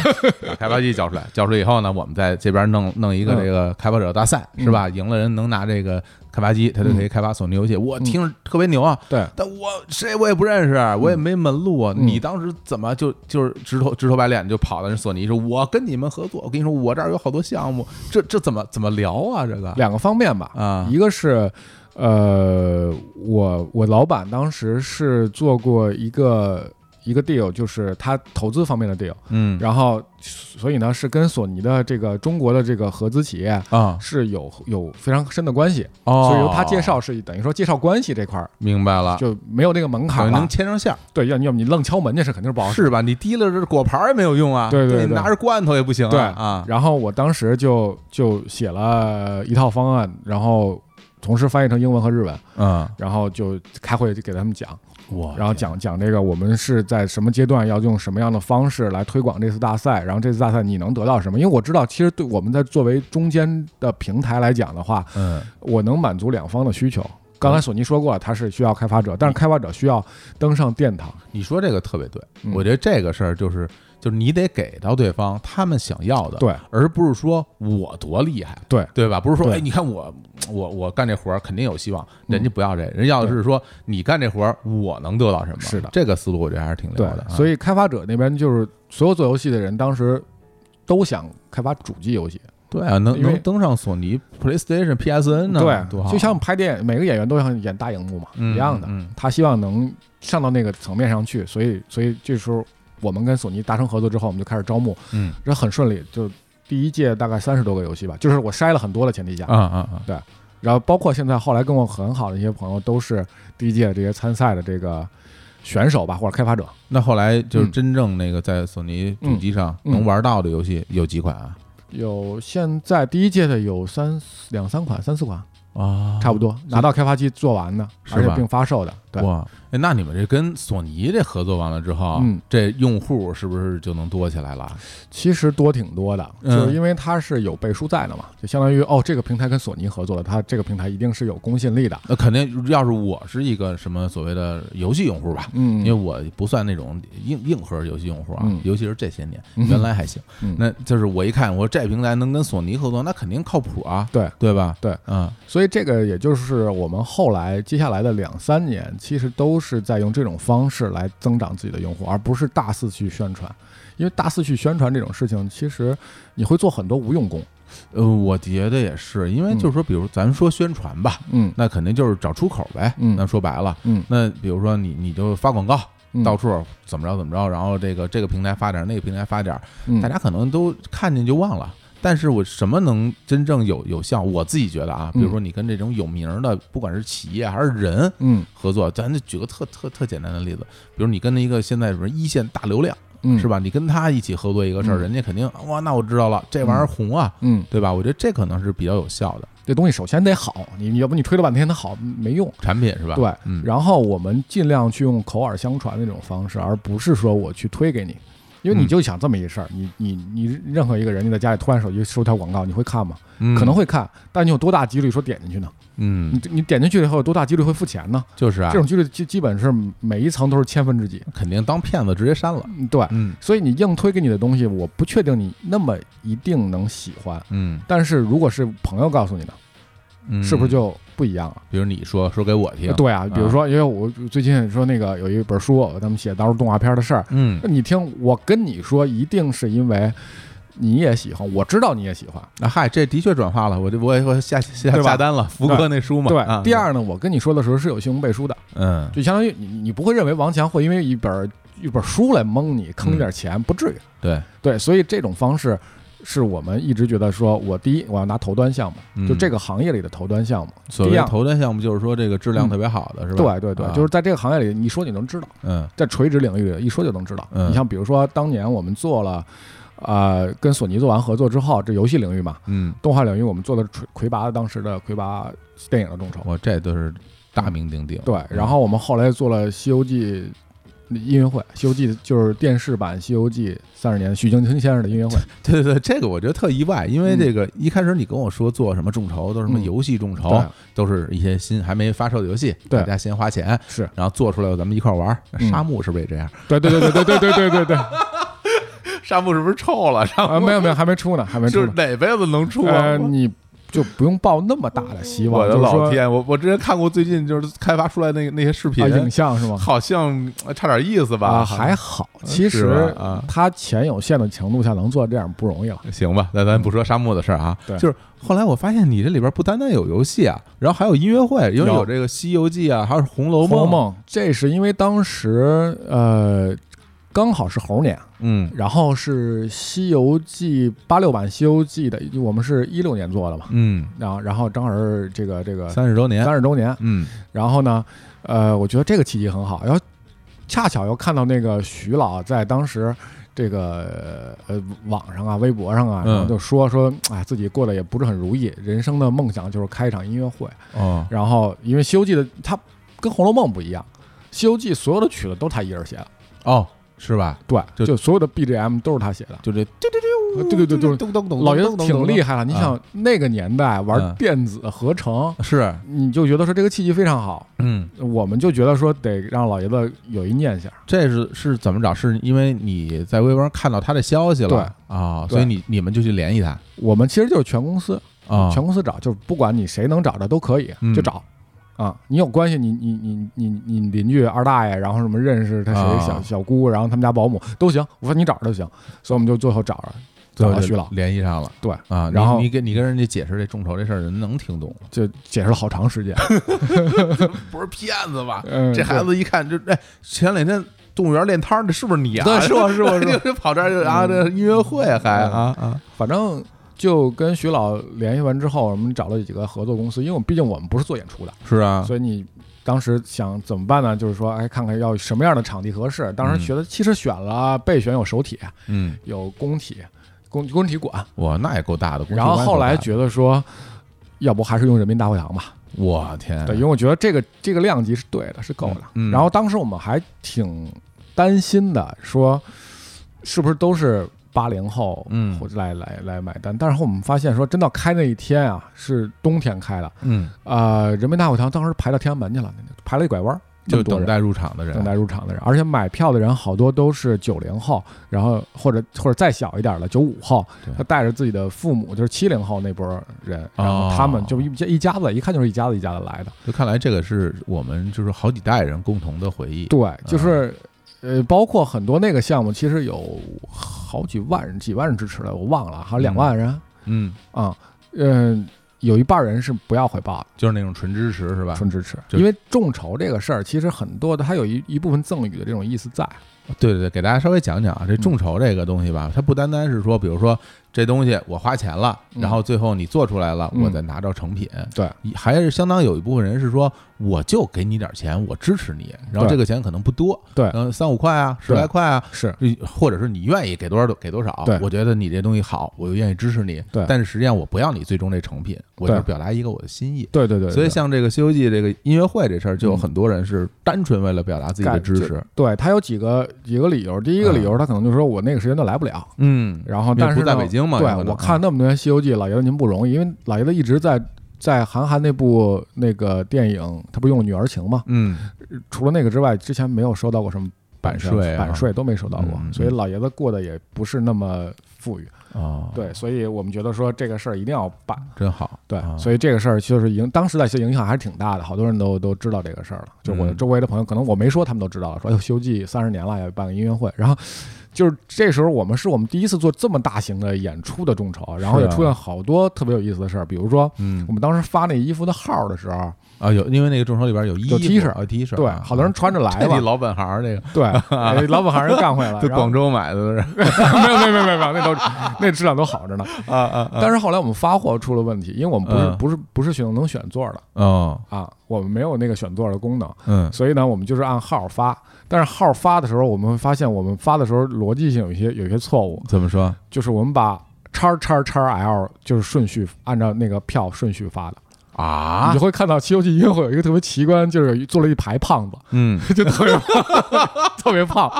B: 把开发机交出来，交出来以后呢，我们在这边弄弄一个
D: 嗯
B: 这个开发者大赛，是吧？赢了人能拿这个开发机，他就可以开发索尼游戏。我听着特别牛啊，
D: 嗯对，
B: 但我谁我也不认识，我也没门路啊！
D: 嗯
B: 你当时怎么就就是直头直头白脸就跑到人索尼说，我跟你们合作，我跟你说，我这儿有好多项目，这这怎么怎么聊啊？这个
D: 两个方面吧，
B: 啊
D: 一个是，呃，我我老板当时是做过一个一个 deal，就是他投资方面的 deal，
B: 嗯
D: 然后所以呢是跟索尼的这个中国的这个合资企业
B: 啊，
D: 是有有非常深的关系，
B: 哦，
D: 所以由他介，绍是等于说介绍关系这块儿
B: 明白了，
D: 就没有那个门
B: 等于
D: 槛
B: 啊能
D: 了，
B: 牵上线儿，
D: 对，要你要么你愣敲门去是肯定是不好使。
B: 是吧？你提了这果盘儿也没有用啊，
D: 对对
B: 你
D: 对
B: 拿着罐头也不行啊，
D: 对
B: 啊，
D: 然后我当时就就写了一套方案，然后同时翻译成英文和日文，
B: 嗯，
D: 然后就开会就给他们讲，
B: 哦我
D: 然后讲讲这个我们是在什么阶段要用什么样的方式来推广这次大赛，然后这次大赛你能得到什么？因为我知道，其实对我们在作为中间的平台来讲的话，
B: 嗯，
D: 我能满足两方的需求。刚才索尼说过了，它是需要开发者，但是开发者需要登上殿堂。
B: 你说这个特别对，
D: 嗯
B: 我觉得这个事儿就是就是你得给到对方他们想要的，
D: 对，
B: 而不是说我多厉害，
D: 对
B: 对吧？不是说
D: 对嗯
B: 哎，你看我我我干这活儿肯定有希望，人家不要这，人要的是说你干这活儿我能得到什么，
D: 是的
B: 这个思路我觉得还是挺
D: 对
B: 聊的，啊，
D: 所以开发者那边就是所有做游戏的人，当时都想开发主机游戏。
B: 对啊，能
D: 因为
B: 能登上索尼 PlayStation PSN 呢，多
D: 对，
B: 好啊
D: 就像拍电影，每个演员都想演大荧幕嘛，
B: 嗯
D: 一样的。
B: 嗯
D: 他希望能上到那个层面上去，所以所以这时候我们跟索尼达成合作之后，我们就开始招募，
B: 嗯
D: 这很顺利，就第一届大概三十多个游戏吧，就是我筛了很多的前提下，
B: 啊啊啊，
D: 然后包括现在后来跟我很好的一些朋友，都是第一届这些参赛的这个选手吧，或者开发者。
B: 那后来就是
D: 嗯
B: 真正那个在索尼主机上
D: 嗯嗯
B: 能玩到的游戏有几款啊？
D: 有现在第一届的有三两三款、三四款，
B: 啊
D: 差不多拿到开发机做完的，
B: 是吧
D: 而且并发售的。对，
B: 哇！哎，那你们这跟索尼这合作完了之后，
D: 嗯
B: 这用户是不是就能多起来了？
D: 其实多挺多的，
B: 嗯
D: 就是因为它是有背书在的嘛，就相当于哦，这个平台跟索尼合作了，它这个平台一定是有公信力的。
B: 那呃肯定，要是我是一个什么所谓的游戏用户吧，因为
D: 嗯，
B: 我不算那种硬硬核游戏用户啊，
D: 嗯
B: 尤其是这些年，
D: 嗯
B: 原来还行。
D: 嗯
B: 那就是我一看，我说这平台能跟索尼合作，那肯定靠谱啊，
D: 对
B: 对吧？
D: 对，
B: 嗯，
D: 所以这个也就是我们后来接下来的两三年，其实都是在用这种方式来增长自己的用户，而不是大肆去宣传。因为大肆去宣传这种事情，其实你会做很多无用功。
B: 呃，我觉得也是，因为就是说，比如咱说宣传吧，
D: 嗯
B: 那肯定就是找出口呗。
D: 嗯
B: 那说白了，
D: 嗯
B: 那比如说你你就发广告，
D: 嗯
B: 到处怎么着怎么着，然后这个这个平台发点儿，那个平台发点儿，
D: 嗯
B: 大家可能都看见就忘了。但是我什么能真正有有效？我自己觉得啊，比如说你跟这种有名儿的，不管是企业还是人
D: 嗯
B: 合作，咱就举个特特特简单的例子，比如你跟一个现在什么一线大流量
D: 嗯
B: 是？吧？你跟他一起合作一个事儿，
D: 嗯
B: 人家肯定哇，那我知道了，这玩意儿红啊，
D: 嗯，
B: 对吧？我觉得这可能是比较有效的
D: 这东西首先得好，你你要不你吹了半天它好没用。
B: 产品是吧？
D: 对，
B: 嗯，
D: 然后我们尽量去用口耳相传的这种方式，而不是说我去推给你，因为你
B: 嗯
D: 就想这么一事儿，你你你任何一个人，你在家里突然手机收条广告，你会看吗？
B: 嗯
D: 可能会看，但你有多大几率说点进去呢？
B: 嗯
D: 你，你点进去了以后，有多大几率会付钱呢？
B: 就是啊
D: 这，种几率基基本是每一层都是千分之几。
B: 肯定当骗子直接删了。
D: 嗯对，
B: 嗯
D: 所以你硬推给你的东西，我不确定你那么一定能喜欢，
B: 嗯，
D: 但是如果是朋友告诉你的，
B: 嗯
D: 是不是就不一样了？
B: 比如你说说给我听？
D: 对啊，比如说，因为我最近说那个有一本书，他们写当时动画片的事儿，
B: 嗯
D: 那，你听我跟你说，一定是因为你也喜欢，我知道你也喜欢。
B: 啊嗨，这的确转化了，我就我我下下
D: 对吧
B: 下单了，福哥那书嘛。
D: 对，
B: 啊
D: 第，二呢，我跟你说的时候是有新闻背书的，
B: 嗯
D: 就相当于你你不会认为王强会因为一本一本书来蒙你坑你点钱，不至于。
B: 对，
D: 对，所以这种方式是我们一直觉得说，我第一我要拿头端项目，
B: 嗯
D: 就这个行业里的头端项目。
B: 所谓
D: 第
B: 的
D: 二
B: 头端项目就是说这个质量特别好的是吧？
D: 对对对
B: 啊，
D: 就是在这个行业里，你说你能知道，
B: 嗯
D: 在垂直领域里一说就能知道。
B: 嗯
D: 你像比如说当年我们做了，呃，跟索尼做完合作之后，这游戏领域嘛，
B: 嗯，
D: 动画领域我们做的是魁魁拔当时的魁拔电影的众筹，
B: 我这都是大名鼎嗯鼎。
D: 对，然后我们后来做了《西游记》音乐会，《西游记》就是电视版《西游记》三十年徐晶晶先生的音乐会，
B: <laughs> 对对对，这个我觉得特意外，因为
D: 嗯
B: 这个一开始你跟我说做什么众筹，都是什么
D: 嗯
B: 游戏众筹，
D: 对，
B: 都是一些新还没发售的游戏，
D: 对
B: 大家先花钱，
D: 是
B: 然后做出来咱们一块儿玩儿。
D: 嗯
B: 沙漠是不是也这样？
D: 对对对对对对对
B: <laughs>
D: 对对，
B: 沙漠是不是臭了？沙
D: 啊，
B: 漠
D: 没有没有，还没出呢，还没
B: 就
D: 出
B: 是
D: 呢，
B: 哪辈子能出啊？
D: 呃，你就不用抱那么大的希望，
B: 我的
D: 就是说
B: 老天！我我之前看过最近就是开发出来那个那些视频
D: 啊，，影像是吗？
B: 好像呃差点意思吧？
D: 啊，还好，其
B: 是
D: 实
B: 吧啊
D: 他钱有限的程度下能做这样不容易啊了。
B: 行吧，那咱不说沙漠的事儿啊，
D: 对
B: 就是后来我发现你这里边不单单有游戏啊，然后还有音乐会，因为
D: 有
B: 有这个《西游记》啊，还有《红楼
D: 《红楼
B: 梦》。
D: 梦》，这是因为当时呃刚好是猴年，
B: 嗯
D: 然后是《西游记》八六版《西游记》的，我们是一六年做的嘛，
B: 嗯，
D: 然后然后正好是这个这个
B: 呃三十周年，
D: 三十周年，
B: 嗯
D: 然后呢，呃，我觉得这个契机很好，然后恰巧又看到那个徐老在当时。这个呃，网上啊，微博上啊，
B: 嗯
D: 然后就说说，哎，自己过得也不是很如意，人生的梦想就是开一场音乐会。
B: 哦，
D: 然后，因为《西游记》的它跟《红楼梦》不一样，《西游记》所有的曲子都他一人写的，
B: 哦，是吧？
D: 对，
B: 就
D: 就所有的 BGM 都是他写的。
B: 就这，啊对
D: 对对对，就是
B: 咚咚咚，
D: 老爷子挺厉
B: 害，
D: 害了。你想那个年代玩
B: 嗯
D: 电子合成，
B: 是，
D: 你就觉得说这个契机非常好，
B: 嗯，
D: 我们就觉得说得让老爷子有一念想。
B: 这是是怎么找？是因为你在微博上看到他的消息
D: 对
B: 了啊，
D: 对
B: 所以你你们就去联系他
D: 我们其实就是全公司，
B: 啊，
D: 全公司找，就是不管你谁能找着都可以
B: 嗯，
D: 就找。啊，你有关系，你你你你你邻居二大爷，然后什么认识他
B: 啊
D: 谁小小姑，然后他们家保姆都行，我说你找着就行，所以我们就最后找着
B: 最
D: 找
B: 后
D: 到
B: 就
D: 徐老，
B: 联系上了。
D: 对
B: 啊，你
D: 然后
B: 你跟你跟人家解释这众筹这事儿，人能听懂吗？
D: 就解释了好长时
B: <laughs>
D: 间。
B: 不是骗子吧？
D: 嗯
B: 这孩子一看就哎，前两天动物园练摊儿的，是不是你啊？
D: 对是我
B: <laughs>
D: 是我是嗯我
B: 就跑这儿就啊，这音乐会还啊啊，
D: 反正就跟徐老联系完之后，我们找了几个合作公司，因为我们毕竟我们不是做演出的，
B: 是啊，
D: 所以你当时想怎么办呢？就是说，哎，看看要什么样的场地合适。当时觉得其实选了备选有首体，
B: 嗯，
D: 有工体，工工体馆，
B: 哇，那也够大的。
D: 然后后来觉得说，要不还是用人民大会堂吧。
B: 我天，啊
D: 对，因为我觉得这个这个量级是对的，是够的。
B: 嗯嗯嗯
D: 然后当时我们还挺担心的，说是不是都是八零后，
B: 嗯
D: 或者来来来买单。但是我们发现说，真到开那一天啊，是冬天开的，
B: 嗯，
D: 呃，人民大会堂当时排到天安门去了，排了一拐弯儿，这
B: 就
D: 么多
B: 等
D: 人。
B: 待啊入场的人，
D: 等待入场的人，而且买票的人好多都是九零后，然后或者或者再小一点的九五后
B: 对，
D: 他带着自己的父母，就是七零后那波人，然后
B: 哦
D: 他们就一一家子，一看就是一家子一家子来的。
B: 就看来这个是我们就是好几代人共同的回忆，
D: 对，就是
B: 嗯
D: 呃，包括很多那个项目，其实有好几万人、几万人支持了，我忘了，好像两万人
B: 嗯，
D: 啊，嗯，有一半人是不要回报的，
B: 就是那种纯支持是吧？
D: 纯支持，
B: 就
D: 因为众筹这个事儿，其实很多的，它有一一部分赠与的这种意思在。
B: 对对对，给大家稍微讲讲啊，
D: 嗯
B: 这众筹这个东西吧，它不单单是说，比如说这东西我花钱了，
D: 嗯
B: 然后最后你做出来了，
D: 嗯
B: 我再拿到成品，
D: 对，
B: 还是相当有一部分人是说，我就给你点钱，我支持你，然后
D: 对
B: 这个钱可能不多，
D: 对
B: 嗯，三五块啊，十
D: 对
B: 来块啊。
D: 是
B: 或者是你愿意给多少给多少
D: 对，
B: 我觉得你这东西好，我就愿意支持你。
D: 对
B: 但是实际上我不要你最终这成品，我就是
D: 对
B: 表达一个我的心意。
D: 对对对，
B: 所以
D: 对
B: 像这个《西游记》这个音乐会这事儿，就有
D: 嗯
B: 很多人是单纯为了表达自己的
D: 盖
B: 支
D: 就
B: 持。
D: 对他有几个几个理由，第一个理由他可能就是说我那个时间段来不了，
B: 嗯，
D: 然后
B: 因为
D: 但是
B: 不在
D: 呢
B: 北京嘛
D: 对
B: 有可能嗯
D: 我看那么多年《西游记》，老爷子您不容易，因为老爷子一直在在韩寒那部那个电影，他不用了《女儿情》嘛，
B: 嗯，
D: 除了那个之外，之前没有收到过什么版
B: 版税啊
D: 版税都没收到过，
B: 嗯嗯
D: 所以老爷子过得也不是那么富裕。
B: 哦，，
D: 对，所以我们觉得说这个事儿一定要办。
B: 真好。
D: 对，
B: 啊
D: 所以这个事儿就是影，当时在影响还是挺大的，好多人都都知道这个事儿了。就我
B: 嗯
D: 周围的朋友，可能我没说，他们都知道了，说哎呦，《西游记》三十年了，要办个音乐会。然后就是这时候，我们是我们第一次做这么大型的演出的众筹，然后
B: 是
D: 也
B: 啊
D: 出现好多特别有意思的事儿，比如说
B: 嗯
D: 我们当时发那衣服的号的时候，
B: 啊，有因为那个众筹里边有衣服
D: 有 T 恤
B: 啊，T 恤，
D: 对，好多人穿着来
B: 这你
D: 了，
B: 老本行儿这个，
D: <laughs> 对，哎老本行人干回来了，
B: 在
D: 然后
B: 广州买的都是
D: 没有没有没有没有，那 <laughs> 都那质量都好着呢。
B: <laughs> 啊啊
D: 但是后来我们发货出了问题，因为我们不是
B: 嗯
D: 不是不是选能选座的
B: 哦，
D: 啊，我们没有那个选座的功能，
B: 嗯
D: 所以呢，我们就是按号发。但是号发的时候，我们会发现我们发的时候逻辑性有一些有一些错误，
B: 怎么说？
D: 就是我们把叉叉叉 L 就是顺序按照那个票顺序发的，
B: 啊
D: 你就，会看到《西游记》音乐会有一个特别奇观，就是有做了一排胖子，
B: 嗯，
D: <laughs> 就特别 <laughs> 特别胖，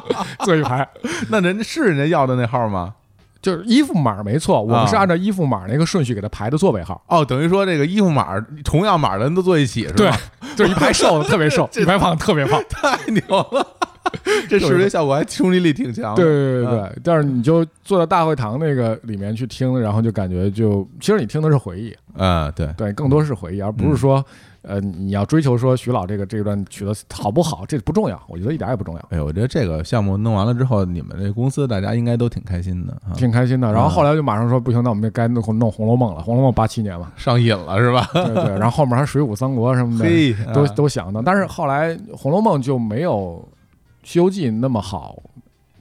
D: 坐一排。
B: <laughs> 那人家是人家要的那号吗？
D: 就是衣服码没错，我
B: 啊
D: 们是按照衣服码那个顺序给它排的座位号。
B: 哦，等于说这个衣服码儿同样码儿的人都坐一起是吧？
D: 对， <laughs> 就是一排瘦的特别瘦，一排胖的特别胖。
B: <laughs> 太牛 <laughs> 了，这视觉效果还冲击力挺强的。
D: 对对对对
B: 嗯
D: 对，但是你就坐到大会堂那个里面去听，然后就感觉就，其实你听的是回忆，
B: 啊，对，
D: 对，更多是回忆，而
B: 嗯
D: 不是说，呃，你要追求说徐老这个这段曲子好不好，这不重要，我觉得一点也不重要，
B: 哎呦，我觉得这个项目弄完了之后，你们这公司大家应该都挺开心的啊，
D: 挺开心的。然后后来就马上说不行，那我们就该弄弄《红楼梦》了，《红楼梦》八七年嘛，
B: 上瘾了是 <laughs> 吧？
D: 对对，然后后面还《水浒》《三国》什么的，
B: 嘿，
D: 都
B: 啊
D: 都想的。但是后来《红楼梦》就没有《西游记》那么好，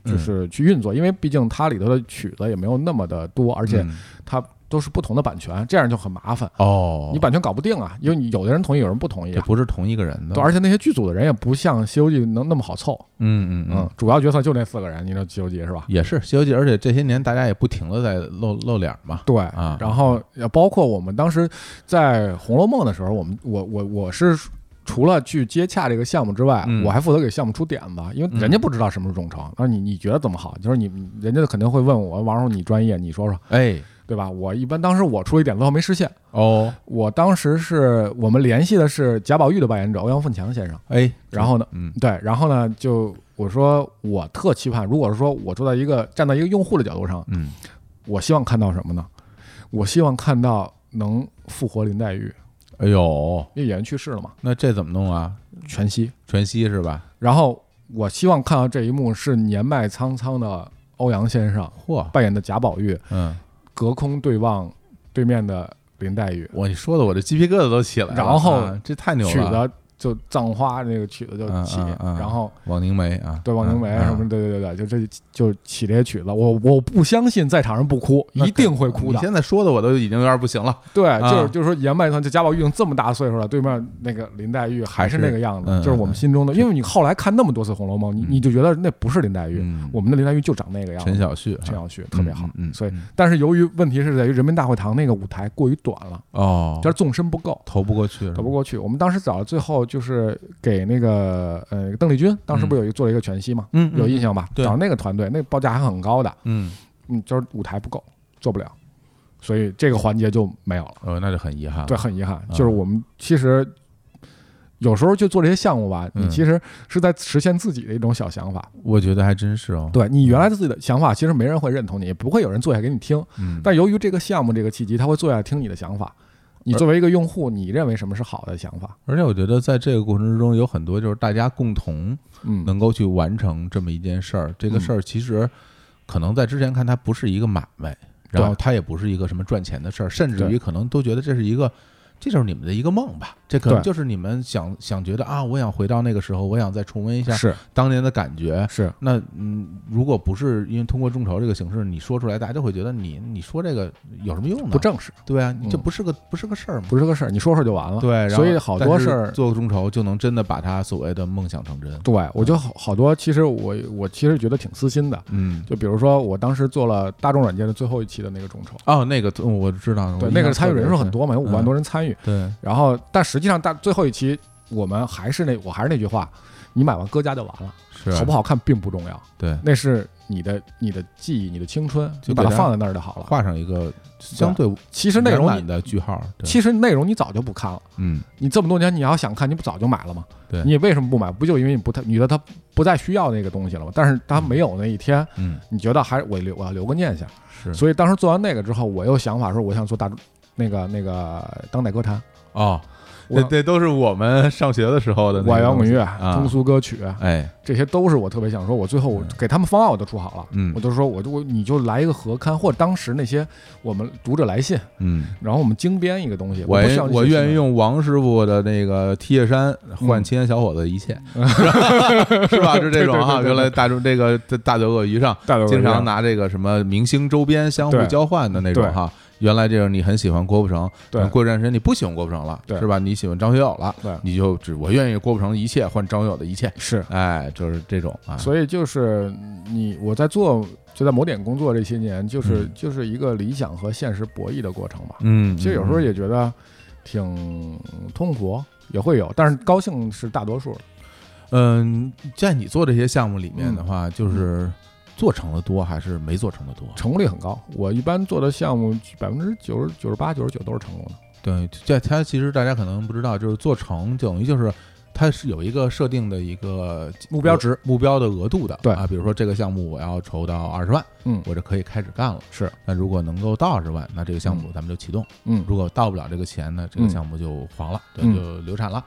B: 嗯
D: 就是去运作，因为毕竟它里头的曲子也没有那么的多，而且
B: 嗯
D: 它都是不同的版权，这样就很麻烦。
B: 哦，
D: 你版权搞不定啊，因为你有的人同意，有人不同意
B: 这
D: 啊。
B: 不是同一个人的，
D: 对，而且那些剧组的人也不像《西游记》能那么好凑，
B: 嗯嗯嗯
D: 嗯，，主要角色就那四个人，你知道《西游记》是吧？
B: 也是《西游记》，而且这些年大家也不停的在露露脸嘛。
D: 对
B: 啊
D: 然后也包括我们当时在《红楼梦》的时候，我们我我我是除了去接洽这个项目之外，
B: 嗯
D: 我还负责给项目出点子，因为人家不知道什么是众筹，那、你你觉得怎么好？就是你人家肯定会问我，王叔你专业，你说说，
B: 哎，
D: 对吧？我一般当时我出一点子后没实现，
B: 哦，
D: 我当时是我们联系的是贾宝玉的扮演者欧阳奋强先生，
B: 哎，
D: 然后呢，
B: 嗯
D: 对，然后呢就。我说，我特期盼，如果是说我坐在一个站在一个用户的角度上，
B: 嗯，
D: 我希望看到什么呢？我希望看到能复活林黛玉，
B: 哎呦，
D: 因为演员去世了嘛，
B: 那这怎么弄啊？
D: 全息。
B: 全息是吧？
D: 然后我希望看到这一幕是年迈苍苍的欧阳先生
B: 嚯，
D: 扮演的贾宝玉，
B: 嗯，
D: 隔空对望对面的林黛玉，
B: 我你说的我这鸡皮疙瘩都起来了。
D: 然后
B: 啊这太牛
D: 取
B: 了，
D: 的就葬花那个曲子就起，
B: 嗯嗯嗯
D: 然后
B: 王凝梅啊，
D: 对王凝梅
B: 嗯
D: 什么，，对对对对，就这就起这些曲子，我我不相信在场上不哭，
B: 那
D: 一定会
B: 嗯
D: 哭
B: 你
D: 的。
B: 现在说的我都已经有点不行
D: <laughs>
B: 了，
D: 对，
B: 啊
D: 就是就是说言外团，就贾宝玉已经这么大岁数了，对面那个林黛玉还
B: 还
D: 是
B: 是
D: 那个样子，
B: 嗯
D: 就是我们心中的，因为你后来看那么多次《红楼梦》，你
B: 嗯
D: 你就觉得那不是林黛玉，
B: 嗯
D: 我们的林黛玉就长那个样子。
B: 陈小旭啊，
D: 陈小旭特别好，
B: 嗯嗯嗯
D: 所以
B: 嗯
D: 但是由于问题是在于人民大会堂那个舞台过于短了，
B: 哦，
D: 就是纵深不够。
B: 投不过去，
D: 走不过去，我们当时找了最后就是给那个呃邓丽君，当时不是有一做了一个全息嘛，
B: 嗯嗯
D: 有印象吧？
B: 对
D: 找那个团队，那个报价还很高的，
B: 嗯，
D: 嗯，就是舞台不够，做不了，所以这个环节就没有了。
B: 哦，那就很遗憾，
D: 对，，很遗憾，
B: 啊
D: 就是我们其实有时候就做这些项目吧，
B: 嗯
D: 你其实是在实现自己的一种小想法。
B: 我觉得还真是哦，，
D: 对你原来自己的想法，其实没人会认同你，也不会有人坐下给你听。
B: 嗯，
D: 但由于这个项目这个契机，他会坐下来听你的想法。你作为一个用户，你认为什么是好的想法？
B: 而且我觉得在这个过程之中，有很多就是大家共同
D: 嗯，
B: 能够去完成这么一件事儿。这个事儿其实可能在之前看它不是一个买卖，
D: 对
B: 然后它也不是一个什么赚钱的事儿，甚至于
D: 对
B: 可能都觉得这是一个。这就是你们的一个梦吧，这可能
D: 对
B: 就是你们想想觉得啊，我想回到那个时候，我想再重温一下
D: 是
B: 当年的感觉。
D: 是，
B: 那嗯，如果不是因为通过众筹这个形式，你说出来，大家就会觉得你你说这个有什么用呢？
D: 不正式，
B: 对啊，你这
D: 嗯
B: 不是个不是个事儿嘛。
D: 不是个事儿，你说说就完了。
B: 对，然后
D: 所以好多
B: 但是
D: 事儿，
B: 做众筹就能真的把他所谓的梦想成真。嗯
D: 对我觉得好好多，其实我我其实觉得挺私心的。
B: 嗯，
D: 就比如说，我当时做了大众软件的最后一期的那个众筹，
B: 哦，那个嗯我知道，
D: 对
B: 我
D: 那个
B: 印象
D: 参与
B: 特别
D: 人数
B: 深
D: 很，多嘛，有五
B: 嗯
D: 万多人参与。
B: 对，
D: 然后，但实际上大最后一期我们还是那我还是那句话，你买完搁家就完了，
B: 是
D: 好不
B: 好？
D: 好看并不重要，
B: 对，
D: 那是你的你的记忆，你的青春，
B: 就
D: 你把它
B: 给它
D: 放在那儿就好了。
B: 画上一个相对
D: 其实内
B: 圆
D: 容
B: 满
D: 你
B: 的句号。对
D: 其实内容你早就不看了。
B: 嗯，
D: 你这么多年，你要想看，你不早就买了吗？
B: 对
D: 你为什么不买？不就因为你不太，你觉得它不再需要那个东西了吗？但是它没有那一天，
B: 嗯
D: 你觉得还我留我要留个念想。
B: 是
D: 所以当时做完那个之后，我又想法说，我想做大那个那个当代歌坛，
B: 哦，
D: 我
B: 这这都是我们上学的时候的那
D: 我爱
B: 个
D: 摇滚
B: 东西。
D: 乐、
B: 啊
D: 通俗歌曲，
B: 哎，
D: 这些都是我特别想说。我最后我
B: 嗯
D: 给他们方案我都出好了，
B: 嗯
D: 我都说我就我你就来一个合刊，或者当时那些我们读者来信，
B: 嗯，
D: 然后我们精编一个东西。
B: 我
D: 不需要那些
B: 我愿意
D: 新的
B: 用王师傅的那个 T 恤衫换
D: 嗯
B: 青年小伙子的一
D: <laughs>
B: 切，是吧？是这种啊，
D: 对对对对对
B: 原来大众这个大德鳄鱼上
D: 大刘
B: 经
D: 老师
B: 常拿这个什么明星周边相互
D: 对
B: 交换的那种
D: 对
B: 哈。原来这个你很喜欢郭富城，
D: 对
B: 嗯过一段时间你不喜欢郭富城了，
D: 对
B: 是吧？你喜欢张学友了，
D: 对
B: 你就只我愿意郭富城的一切换张学友的一切，
D: 是
B: 哎，就是这种啊。
D: 所以就是你我在做就在某点工作这些年，就是、
B: 嗯
D: 就是一个理想和现实博弈的过程吧。
B: 嗯，
D: 其实有时候也觉得挺痛苦，也会有，但是高兴是大多数。
B: 嗯，嗯在你做这些项目里面的
D: 嗯
B: 话，就是做成的多还是没做成的多？
D: 成功率很高，我一般做的项目百分之九十九十八、九十九都是成功的。
B: 对，这它其实大家可能不知道，就是做成等于就是它是有一个设定的一个
D: 目标值
B: 额、目标的额度的。
D: 嗯对
B: 啊，比如说这个项目我要筹到二十万，
D: 嗯
B: 我就可以开始干了。
D: 是，
B: 那如果能够到二十万，那这个项目
D: 嗯
B: 咱们就启动；
D: 嗯，
B: 如果到不了这个钱呢，这个
D: 嗯
B: 项目就黄了，对，
D: 嗯
B: 就流产了。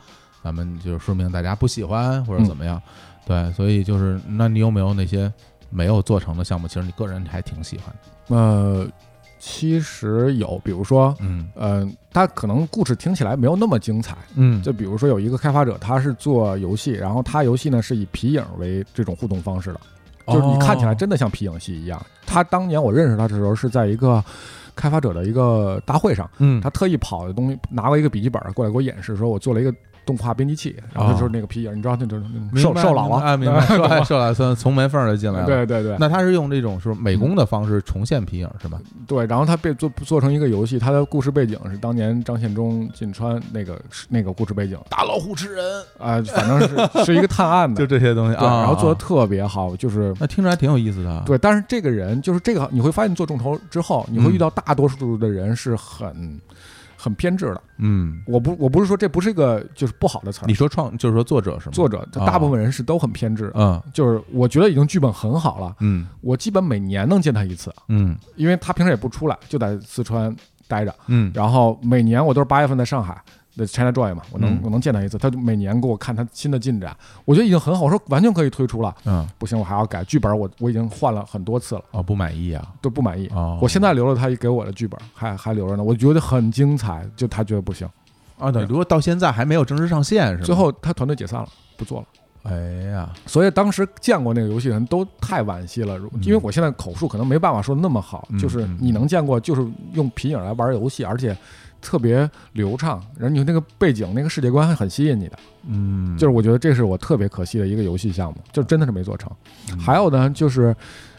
B: 咱们就说明大家不喜欢或者怎么样。
D: 嗯
B: 对，所以就是，那你有没有那些没有做成的项目？其实你个人还挺喜欢的。
D: 呃，其实有，比如说，
B: 嗯
D: 嗯、呃，它可能故事听起来没有那么精彩。
B: 嗯
D: 就比如说有一个开发者，他是做游戏，然后他游戏呢是以皮影为这种互动方式的，就是你看起来
B: 哦
D: 真的像皮影戏一样。他当年我认识他的时候是在一个开发者的一个大会上，
B: 嗯，
D: 他特意跑的东西拿过一个笔记本过来给我演示，说我做了一个动画编辑器，然后他就是那个皮影，你知道那种那种
B: 明
D: 受
B: 白
D: 受老了，
B: 啊，明
D: <laughs>
B: 白，受老受老算从门缝儿就进来了。，
D: 对嗯对对
B: 那他是用这种是美工的方式重现皮影是吧？
D: 对，然后他被做做成一个游戏，他的故事背景是当年张献忠进川那个那个故事背景，
B: 打老虎吃人，
D: 啊，反正是是一个探案的，
B: 就这些东西
D: 对，
B: 啊。
D: 然后做的
B: 啊
D: 特别好，就是
B: 那听着还挺有意思的啊。
D: 对，但是这个人就是这个，你会发现做众筹之后，你
B: 嗯
D: 会遇到大多数的人是很很偏执的。
B: 嗯，
D: 我不我不是说这不是一个就是不好的词儿
B: 你，说创就是说嗯作者是吗？
D: 作者大部分人是都很偏执的。
B: 嗯
D: 就是我觉得已经剧本很好了，
B: 嗯
D: 我基本每年能见他一次，
B: 嗯
D: 因为他平时也不出来，就在四川待着。
B: 嗯，
D: 然后每年我都是八月份在上海的 China Joy 嘛，我能、
B: 嗯
D: 我能见他一次，他就每年给我看他新的进展，我觉得已经很好，我说完全可以推出了，
B: 嗯
D: 不行我还要改剧本我，我已经换了很多次了，
B: 哦，不满意啊。
D: 都不满意。
B: 哦，
D: 我现在留了他给我的剧本，还还留着呢，我觉得很精彩，就他觉得不行，
B: 啊，等于说到现在还没有正式上线是吗？
D: 最后他团队解散了，不做了。
B: 哎呀，
D: 所以当时见过那个游戏的人都太惋惜了，如因为我现在口述可能没办法说的那么好，
B: 嗯
D: 就是
B: 嗯
D: 你能见过，就是用皮影来玩游戏，而且特别流畅，然后你那个背景、那个世界观还很吸引你的。
B: 嗯，
D: 就是我觉得这是我特别可惜的一个游戏项目，就真的是没做成。
B: 嗯
D: 还有呢，就是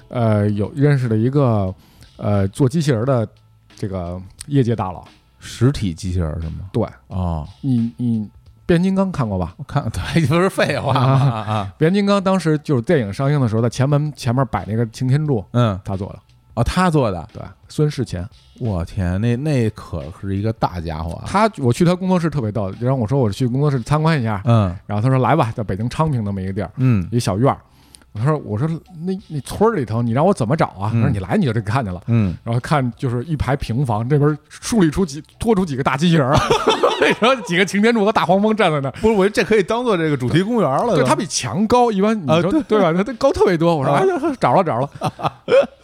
D: 呃，有认识了一个呃做机器人的这个业界大佬，
B: 实体机器人是吗？
D: 对
B: 哦，
D: 你你变形金刚看过吧？
B: 我看， <laughs> 对，不是废话吗？啊啊，
D: 变形金刚当时就是电影上映的时候，在前门前面摆那个擎天柱，
B: 嗯，
D: 他做的。
B: 哦，他做的，啊
D: 对，孙世前，
B: 我天，那那可是一个大家伙啊，
D: 他我去他工作室特别逗，然后我说我去工作室参观一下，
B: 嗯
D: 然后他说来吧，在北京昌平那么一个地儿，
B: 嗯
D: 一小院儿。我说我说那那村儿里头你让我怎么找啊？他
B: 嗯
D: 说你来你就这看见了。
B: 嗯，
D: 然后看就是一排平房，这边树立出几拖出几个大机器人儿， <laughs> 然后几个擎天柱和大黄蜂站在那儿。
B: 不是，我觉得这可以当做这个主题公园了
D: 对，它比墙高，一般你
B: 啊
D: 说
B: 对
D: 对吧？它它高特别多。我说
B: 啊
D: 哎，找着了找着了。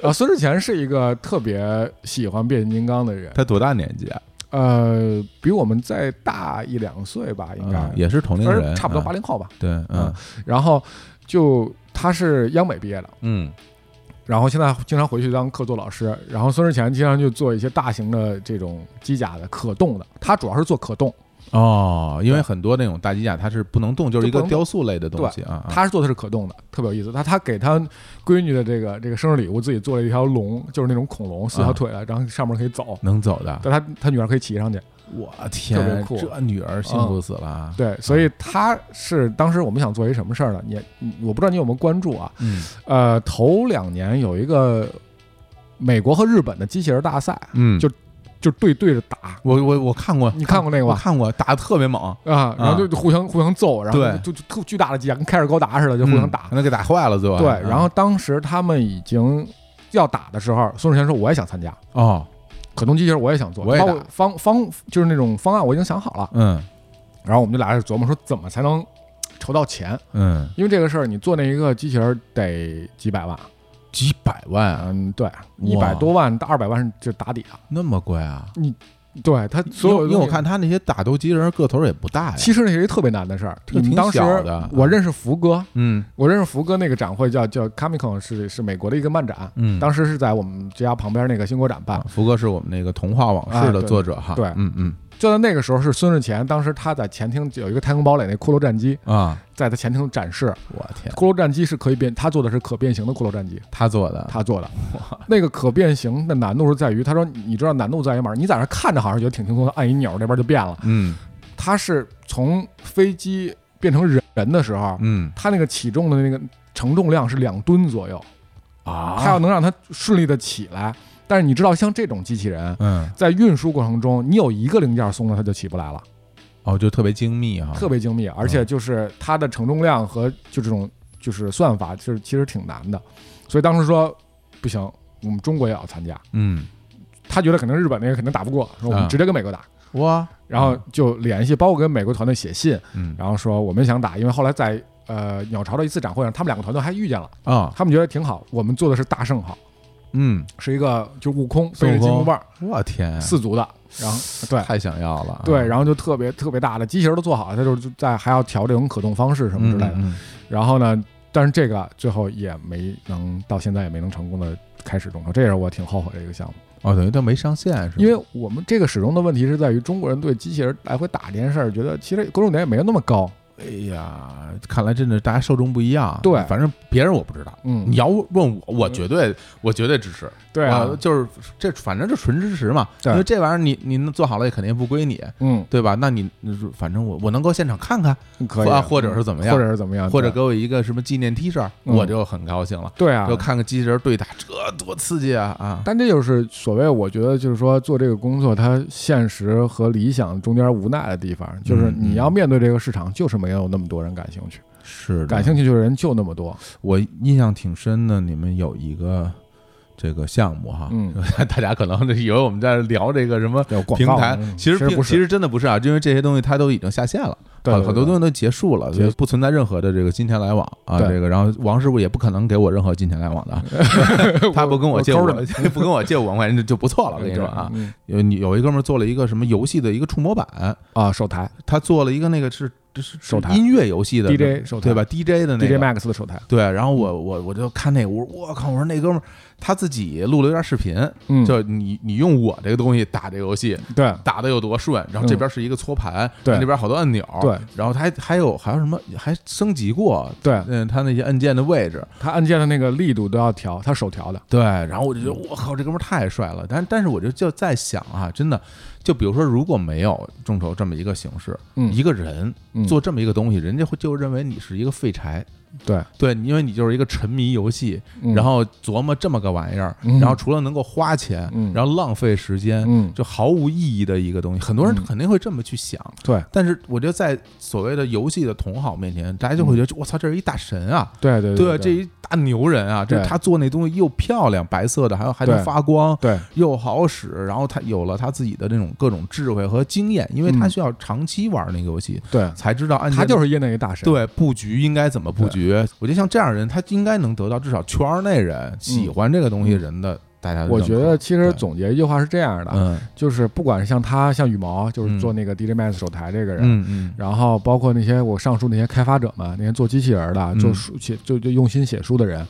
B: <laughs>
D: 啊，孙志前是一个特别喜欢变形金刚的人，
B: 他多大年纪啊？
D: 呃，比我们再大一两岁吧，应
B: 啊
D: 该
B: 也是同龄
D: 反
B: 人，
D: 正差不多
B: 啊
D: 八零后吧。
B: 对，嗯
D: 然后就他是央美毕业的，
B: 嗯
D: 然后现在经常回去当客座老师。然后孙志前经常就做一些大型的这种机甲的可动的，他主要是做可动，
B: 哦，因为很多那种大机甲它是不能动，就是一个
D: 就不能动
B: 雕塑类的东西啊。啊
D: 他是做的是可动的，特别有意思。他他给他闺女的这个这个生日礼物，自己做了一条龙，就是那种恐龙，四条
B: 啊
D: 腿的，然后上面可以走。
B: 能走的，
D: 但他他女儿可以骑上去，
B: 我
D: 特
B: 天
D: 别，酷嗯
B: 这女儿幸福死了啊。
D: 对，所以他是当时我们想做一什么事儿呢？你你我不知道你有没有关注啊？
B: 嗯
D: 呃，头两年有一个美国和日本的机器人大赛，
B: 嗯，
D: 就对对着打
B: 我我我看过，
D: 你看过那个吧
B: 我看过，打的特别猛，
D: 啊，然后就就互相互相揍，然后
B: 对
D: 就就特巨大的机甲，跟开着高达似的，就互相打。
B: 嗯那给打坏了最后。
D: 对，
B: 啊
D: 然后当时他们已经要打的时候，孙志贤说我也想参加，
B: 哦，
D: 可动机器人我也想做，
B: 我也
D: 包
B: 打
D: 括方方就是那种方案我已经想好了。
B: 嗯
D: 然后我们就俩人琢磨说怎么才能筹到钱，
B: 嗯，
D: 因为这个事儿你做那一个机器人得几百万，
B: 几百万啊，
D: 嗯，对，一百多万到二百万是就打底了。
B: 那么贵啊！
D: 对他所有
B: 因为因
D: 的
B: 为
D: 东
B: 我
D: 西
B: 看他那些打斗机器人个头也不大呀。
D: 其实那是一个特别难的事儿。
B: 这个
D: 你
B: 挺
D: 们当时
B: 小的
D: 我认识福哥，
B: 嗯
D: 我认识福哥那个展会叫叫 Comic-Con，是是美国的一个漫展，
B: 嗯，
D: 当时是在我们家旁边那个新国展办
B: 啊。福哥是我们那个童话往事
D: 啊
B: 的
D: 对
B: 作者哈。
D: 对
B: 嗯嗯
D: 就在那个时候是孙志前，当时他在前厅有一个太空堡垒那骷髅战机，
B: 啊，
D: 在他前厅展示。
B: 我天，
D: 骷髅战机是可以变，他做的是可变形的骷髅战机，
B: 他做的，
D: 他做的。那个可变形的难度是在于，他说你知道难度在于哪儿？你在那看着好像觉得挺轻松的，按一钮那边就变了。
B: 嗯
D: 他是从飞机变成人人的时候，
B: 嗯
D: 他那个起重的那个承重量是两吨左右，他要
B: 啊，
D: 能让它顺利的起来。但是你知道，像这种机器人
B: 嗯
D: 在运输过程中，你有一个零件松了，它就起不来了，
B: 哦，就特别精密哈，
D: 特别精密，而且就是它的承重量和就这种就是算法，就是其实挺难的。所以当时说不行，我们中国也要参加。
B: 嗯
D: 他觉得可能日本那个肯定打不过，说我
B: 啊
D: 们直接跟美国打，
B: 哇，
D: 然后就联系，包括跟美国团队写信，
B: 嗯
D: 然后说我们想打，因为后来在呃鸟巢的一次展会上，他们两个团队还遇见了。
B: 啊
D: 他们觉得挺好。我们做的是大圣号，
B: 嗯，
D: 是一个就悟空
B: 孙
D: 背
B: 悟
D: 着
B: 空
D: 金箍棒
B: 我天，
D: 四嗯足的，然后对
B: 太想要了啊，
D: 对，然后就特别特别大的机器人都做好了，他就是在还要调这种可动方式什么之类的。
B: 嗯，嗯嗯
D: 然后呢，但是这个最后也没能到现在也没能成功的开始众筹，这也是我挺后悔的一个项目。
B: 哦，等于他没上线是吧？
D: 因为我们这个始终的问题是在于中国人对机器人来回打这件事儿，觉得其实关注点也没有那么高。
B: 哎呀，看来真的大家受众不一样，
D: 对
B: 反正别人我不知道。
D: 嗯
B: 你，要问我，我绝对，我绝对支持。
D: 对啊
B: 我，就是这，反正就纯支持嘛。
D: 对
B: 因为这玩意儿你，你做好了也肯定不归你，
D: 嗯，
B: 对吧？那你反正我我能够现场看看，
D: 可以
B: 啊，，或者是怎么样
D: 或，者是怎么样，
B: 或者给我一个什么纪念 T 恤，
D: 啊嗯
B: 我就很高兴了。
D: 对啊，
B: 就看个机器人对打，这多刺激啊啊！
D: 但这就是所谓，我觉得就是说做这个工作，它现实和理想中间无奈的地方，就是你要面对这个市场，就是没有那么多人感兴趣，
B: 嗯是的啊
D: 感兴趣的人就那么多。
B: 我印象挺深的，你们有一个这个项目哈，
D: 嗯
B: <laughs> 大家可能以为我们在聊这个什么
D: 有广
B: 平
D: 告
B: 台
D: 嗯，
B: 其实
D: 其实
B: 并
D: 不是
B: 其实真的不是啊，因为这些东西它都已经下线了，
D: 对
B: 很很多东西都结束了，所以不存在任何的这个金钱来往啊，
D: 对
B: 这个然后王师傅也不可能给我任何金钱来往的啊，他不跟我借
D: 我
B: 五
D: 我抠着
B: <laughs> 不跟我借五万块钱就就不错了，我跟你说啊，
D: 嗯
B: 有你有一哥们儿做了一个什么游戏的一个触摸板，
D: 啊，手台
B: 他做了一个那个是这是
D: 手台
B: 音乐游戏的
D: DJ 手台
B: 对吧？DJ 的那
D: DJ
B: 个
D: Max 的手台，
B: 对，然后我我我就看那我说我靠，我说那哥们儿他自己录了一段视频，
D: 嗯
B: 就你你用我这个东西打这个游戏。
D: 对
B: 打的有多顺，然后这边是一个搓盘，
D: 对
B: 那边好多按钮，
D: 对，
B: 然后他还还有还有什么还升级过，
D: 对
B: 嗯，他那些按键的位置，
D: 他按键的那个力度都要调，他手调的，
B: 对，然后我就觉得我靠，这哥们儿太帅了，但但是我就就在想啊，真的，就比如说如果没有众筹这么一个形式，
D: 嗯
B: 一个人
D: 嗯
B: 做这么一个东西，人家会就认为你是一个废柴，
D: 对，
B: 对，因为你就是一个沉迷游戏，
D: 嗯
B: 然后琢磨这么个玩意儿，
D: 嗯
B: 然后除了能够花钱，
D: 嗯
B: 然后浪费时间，
D: 嗯
B: 就毫无意义的一个东西，很多人
D: 嗯
B: 肯定会这么去想。
D: 对
B: 但是我觉得在所谓的游戏的同好面前，大家就会觉得我操，这是一大神啊！
D: 对嗯对
B: 对，这
D: 对
B: 一大牛人啊，这
D: 对
B: 他做那东西又漂亮，白色的，还有还能
D: 对
B: 发光，
D: 对
B: 又好使。然后他有了他自己的这种各种智慧和经验，因为他
D: 嗯
B: 需要长期玩那个游戏，
D: 对，
B: 才知道按键
D: 他就是业内一大神，
B: 对布局应该怎么布局。我觉得像这样的人，他应该能得到至少圈儿内人喜欢这个东西人
D: 嗯
B: 的大家的认可。
D: 我觉得其实
B: 对
D: 总结一句话是这样的，
B: 嗯
D: 就是不管是像他像羽毛，就是
B: 嗯
D: 做那个 DJ Max 手台这个人，
B: 嗯嗯
D: 然后包括那些我上述那些开发者们，那些做机器人儿的、
B: 嗯
D: 做书写、就就用心写书的人，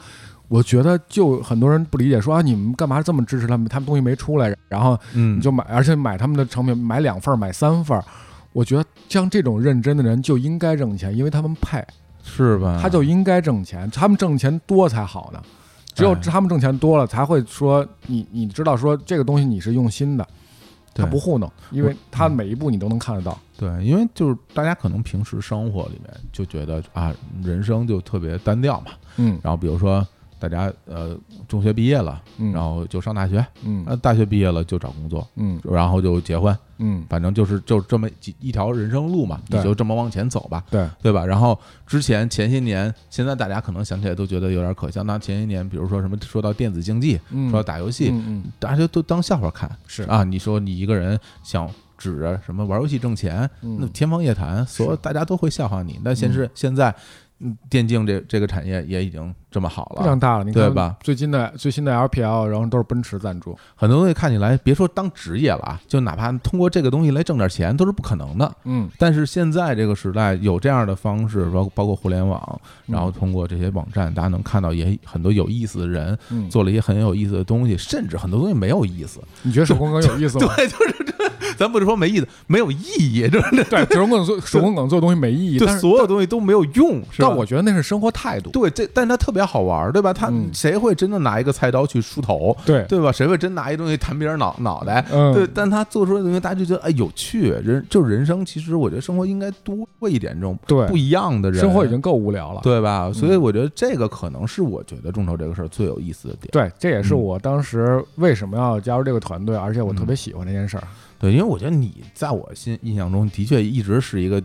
D: 我觉得就很多人不理解说，啊，你们干嘛这么支持他们？他们东西没出来，然后
B: 嗯，
D: 你就买，而且买他们的成品，买两份儿，买三份儿。我觉得像这种认真的人就应该挣钱，因为他们配，
B: 啊是吧？
D: 他就应该挣钱，他们挣钱多才好呢。只有
B: 哎
D: 他们挣钱多了，才会说你你知道说这个东西你是用心的，
B: 对
D: 他不糊弄，因为他每一步你都能看得到。
B: 对，因为就是大家可能平时生活里面就觉得啊，人生就特别单调嘛。
D: 嗯
B: 然后比如说大家呃中学毕业了，
D: 嗯
B: 然后就上大学，
D: 嗯
B: 那大学毕业了就找工作，
D: 嗯
B: 然后就结婚，
D: 嗯，
B: 反正就是就这么几一条人生路嘛，你
D: 对
B: 就这么往前走吧。
D: 对，
B: 对吧？然后之前前些年，现在大家可能想起来都觉得有点可笑。那前些年，比如说什么说到电子竞技，
D: 嗯
B: 说到打游戏，
D: 嗯嗯
B: 大家都当笑话看。
D: 是
B: 啊，你说你一个人想指着什么玩游戏挣钱，
D: 嗯
B: 那天方夜谭，所有大家都会笑话你。那现是现在，嗯电竞这这个产业也已经这么好
D: 非常
B: 了，
D: 大了，你
B: 对
D: 看
B: 吧？
D: 最近的最新的 LPL，然后都是奔驰赞助，
B: 很多东西看起来，别说当职业了啊，就哪怕通过这个东西来挣点钱都是不可能的。
D: 嗯
B: 但是现在这个时代有这样的方式，包包括互联网，
D: 嗯
B: 然后通过这些网站，大家能看到也很多有意思的人
D: 嗯，
B: 做了一些很有意思的东西，甚至很多东西没有意思。
D: 你觉得手工梗有意思吗？
B: <laughs> 对，就是这，咱不是说没意思，没有意义， <laughs> 就是
D: 对，手工梗做手工梗做的东西没意义，
B: 就
D: 但是
B: 所有东西都没有用。是吧
D: 但我觉得那是生活态度，
B: 对这，但它特别好玩儿，对吧？他
D: 嗯
B: 谁会真的拿一个菜刀去梳头？
D: 对
B: 对吧？谁会真拿一东西弹别人脑脑袋？
D: 嗯
B: 对，但他做出来的东西，大家就觉得哎有趣。人就人生，其实我觉得生活应该多一点这种
D: 对
B: 不一样的人，
D: 生活已经够无聊了。嗯
B: 对吧？所以我觉得这个可能是我觉得众筹这个事儿最有意思的点。
D: 对，这也是
B: 嗯
D: 我当时为什么要加入这个团队，而且我特别喜欢这件事儿。
B: 对，因为我觉得你在我心印象中的确一直是一个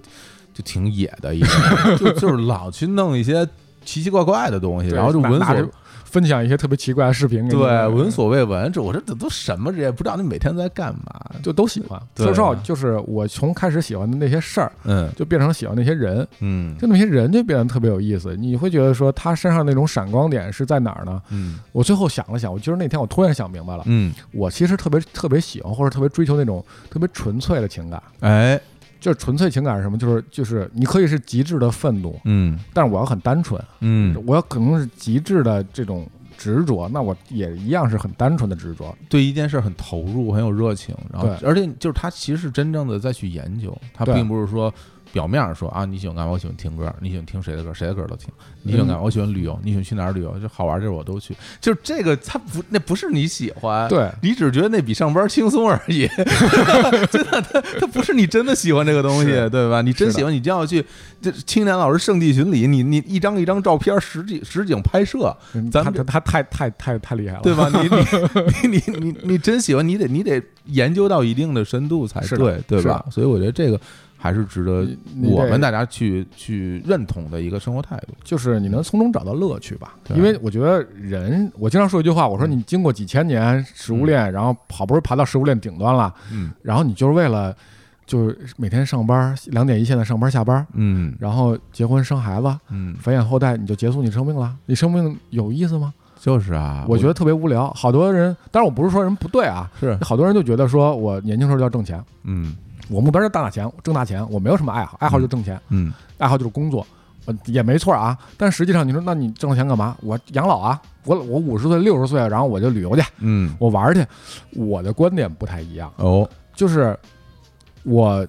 B: 就挺野的一个
D: <laughs>
B: 人，就就是老去弄一些奇奇怪怪的东西，
D: 对
B: 然后就
D: 拿
B: 闻
D: 拿
B: 所
D: 着分享一些特别奇怪的视频给你
B: 对
D: 看，
B: 闻所未闻。这我说这都什么职业？不知道你每天在干嘛？
D: 就都喜欢。
B: 对
D: 说实话，就是我从开始喜欢的那些事儿，
B: 嗯
D: 就变成了喜欢那些人，
B: 嗯
D: 就那些人就变得特别有意思。你会觉得说他身上那种闪光点是在哪儿呢？
B: 嗯
D: 我最后想了想，我就是那天我突然想明白了，
B: 嗯，
D: 我其实特别特别喜欢或者特别追求那种特别纯粹的情感。
B: 哎
D: 就是纯粹情感是什么？就是就是你可以是极致的愤怒，
B: 嗯
D: 但是我要很单纯，
B: 嗯，
D: 我要可能是极致的这种执着，那我也一样是很单纯的执着。
B: 对一件事很投入，很有热情，然后
D: 对
B: 而且就是他其实是真正的在去研究，他
D: 对
B: 并不是说。表面上说啊，你喜欢干嘛？我喜欢听歌，你喜欢听谁的歌？谁的歌都听。你喜欢干
D: 嗯
B: 嘛？我喜欢旅游，你喜欢去哪儿旅游？就好玩儿地儿我都去。就是这个，他不，那不是你喜欢，
D: 对
B: 你只觉得那比上班轻松而
D: <laughs>
B: 已。真的，他他不是你真的喜欢这个东西，
D: 是
B: 对吧？你真
D: 是的
B: 喜欢，你就要去这青年老师圣地巡礼，你你一张一张照片实景实景拍摄，
D: 嗯
B: 咱
D: 他
B: 们
D: 他他太太太太厉害了，
B: 对吧？
D: <laughs>
B: 你你你你你你真喜欢，你得你得研究到一定的深度才
D: 是的
B: 对，对吧？所以我觉得这个还是值得
D: 你
B: 我们
D: 这
B: 大家去去认同的一个生活态度。
D: 就是你能从中找到乐趣吧。
B: 对
D: 因为我觉得人，我经常说一句话，我说你经过几千年食物链，然后好不容易爬到食物链顶端了，
B: 嗯
D: 然后你就是为了就是每天上班两点一线的上班下班，
B: 嗯
D: 然后结婚生孩子。
B: 嗯，
D: 繁衍后代，你就结束你生命了？你生命有意思吗？
B: 就是啊，
D: 我觉得特别无聊。好多人，当然我不是说人不对啊，
B: 是
D: 好多人就觉得说我年轻时候就要挣钱，
B: 嗯
D: 我目标就大打钱，挣大钱，我没有什么爱好，爱好就挣钱，
B: 嗯
D: 爱好就是工作，呃，也没错啊。但实际上，你说那你挣了钱干嘛？我养老啊，我我五十岁六十岁，然后我就旅游去，
B: 嗯
D: 我玩儿去。我的观点不太一样，
B: 哦
D: 就是我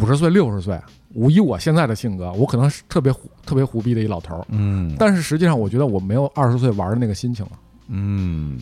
D: 五十岁六十岁，我以我现在的性格，我可能是特别胡特别胡逼的一老头儿。
B: 嗯
D: 但是实际上，我觉得我没有二十岁玩的那个心情了。
B: 嗯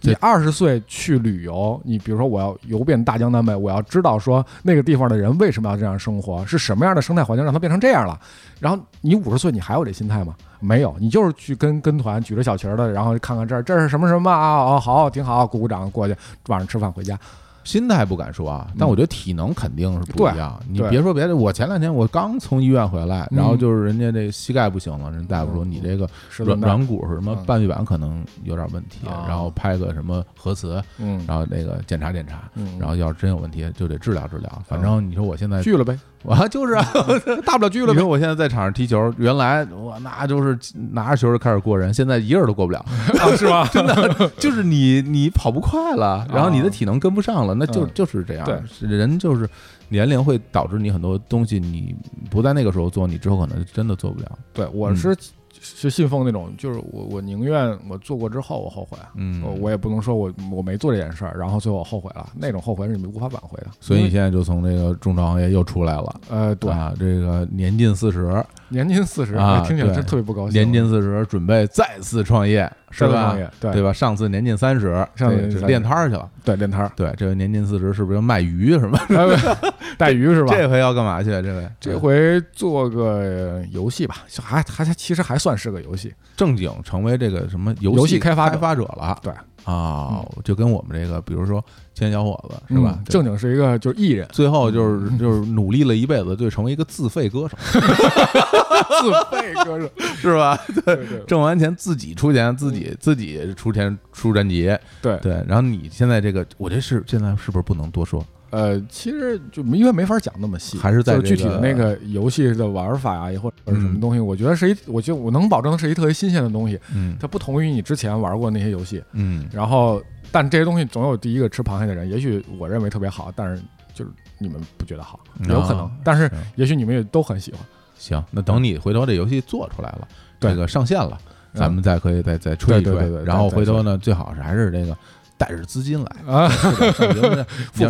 D: 你二十岁去旅游，你比如说我要游遍大江南北，我要知道说那个地方的人为什么要这样生活，是什么样的生态环境让他变成这样了。然后你五十岁，你还有这心态吗？没有，你就是去跟跟团，举着小旗儿的，然后看看这儿这是什么什么啊？哦，好，挺好，鼓鼓掌过去，晚上吃饭回家。
B: 心态不敢说啊，但我觉得体能肯定是不一样。你
D: 嗯对
B: 别说别的，我前两天我刚从医院回来，
D: 嗯
B: 然后就是人家这膝盖不行了，人大夫说
D: 嗯
B: 你这个
D: 是
B: 软
D: 的，
B: 软骨是什么哦
D: 嗯
B: 半月板可能有点问题，
D: 啊
B: 然后拍个什么核磁，
D: 嗯，
B: 然后那个检查检查，
D: 嗯
B: 然后要是真有问题就得治疗治疗。反正你说我现在
D: 去了呗，
B: 我 <laughs> 就是啊， <laughs> 大不了嗯拘了。你说我现在在场上踢球，原来我那就是拿着球就开始过人，现在一个人都过不 <laughs> 了，
D: 啊是 <laughs> 吧？
B: 真的就是你你跑不快了，然后你的体能跟不上了，那就
D: 嗯
B: 就是这样。
D: 对
B: 人就是年龄会导致你很多东西你不在那个时候做，你之后可能真的做不了。
D: 对，我是是信奉那种，就是我我宁愿我做过之后我后悔。啊
B: 嗯
D: 呃我我也不能说我我没做这件事儿，然后最后我后悔了，那种后悔是你无法挽回的。
B: 所以
D: 因
B: 你
D: 为
B: 现在就从这个中创行业又出来了。
D: 呃，对，哦
B: 啊，这个年近四十，
D: 年近四十
B: 啊
D: 听起来
B: 对
D: 真特别不高兴。
B: 年近四十，准备再次创业，是
D: 再次
B: 吧
D: 创？业，对
B: 对吧？上次年近三十，
D: 上次
B: 这
D: 年近
B: 这
D: 30
B: 练摊儿去了。
D: 对，练摊儿
B: 对，这回年近四十，是不是要卖鱼什么？
D: 哎带鱼是吧？
B: 这回要干嘛去？啊这回
D: 这回做个游戏吧，就还还还其实还算是个游戏，
B: 正经成为这个什么游
D: 游戏
B: 开
D: 开发者
B: 发者了。
D: 对
B: 啊，就跟我们这个，比如说青年小伙子是吧
D: 嗯？
B: 这，
D: 正经是一个就是艺 <laughs> 人
B: 最后就是就是努力了一辈子，就成为一个自费歌手，
D: 自费歌手，
B: 是吧？
D: 对对嗯
B: 挣完钱自己出钱，自己自己出钱出专辑。
D: 对，
B: 对，然后你现在这个，我这是现在是不是不能多说？
D: <laughs> 呃，其实就因为没法讲那么细，
B: 还是在
D: 就具
B: 这
D: 体的
B: 个
D: 那个游戏的玩法啊，或者是什
B: 嗯
D: 么东西，我觉得是一，我觉得我能保证是一特别新鲜的东西，
B: 嗯
D: 它不同于你之前玩过那些游戏，
B: 嗯
D: 然后，但这些东西总有第一个吃螃蟹的人，也许我认为特别好，但是就是你们不觉得好，有可能。
B: 啊
D: 但是
B: 是
D: 也许你们也都很喜欢。
B: 行，那等你回头这游戏做出来了，
D: 对
B: 这个上线了，
D: 嗯
B: 咱们再可以再再吹一吹
D: 对对对对，
B: 然后
D: 再
B: 回头呢，最好是还是这个带着资金来， <laughs>
D: 啊，
B: 付
D: 付费
B: 对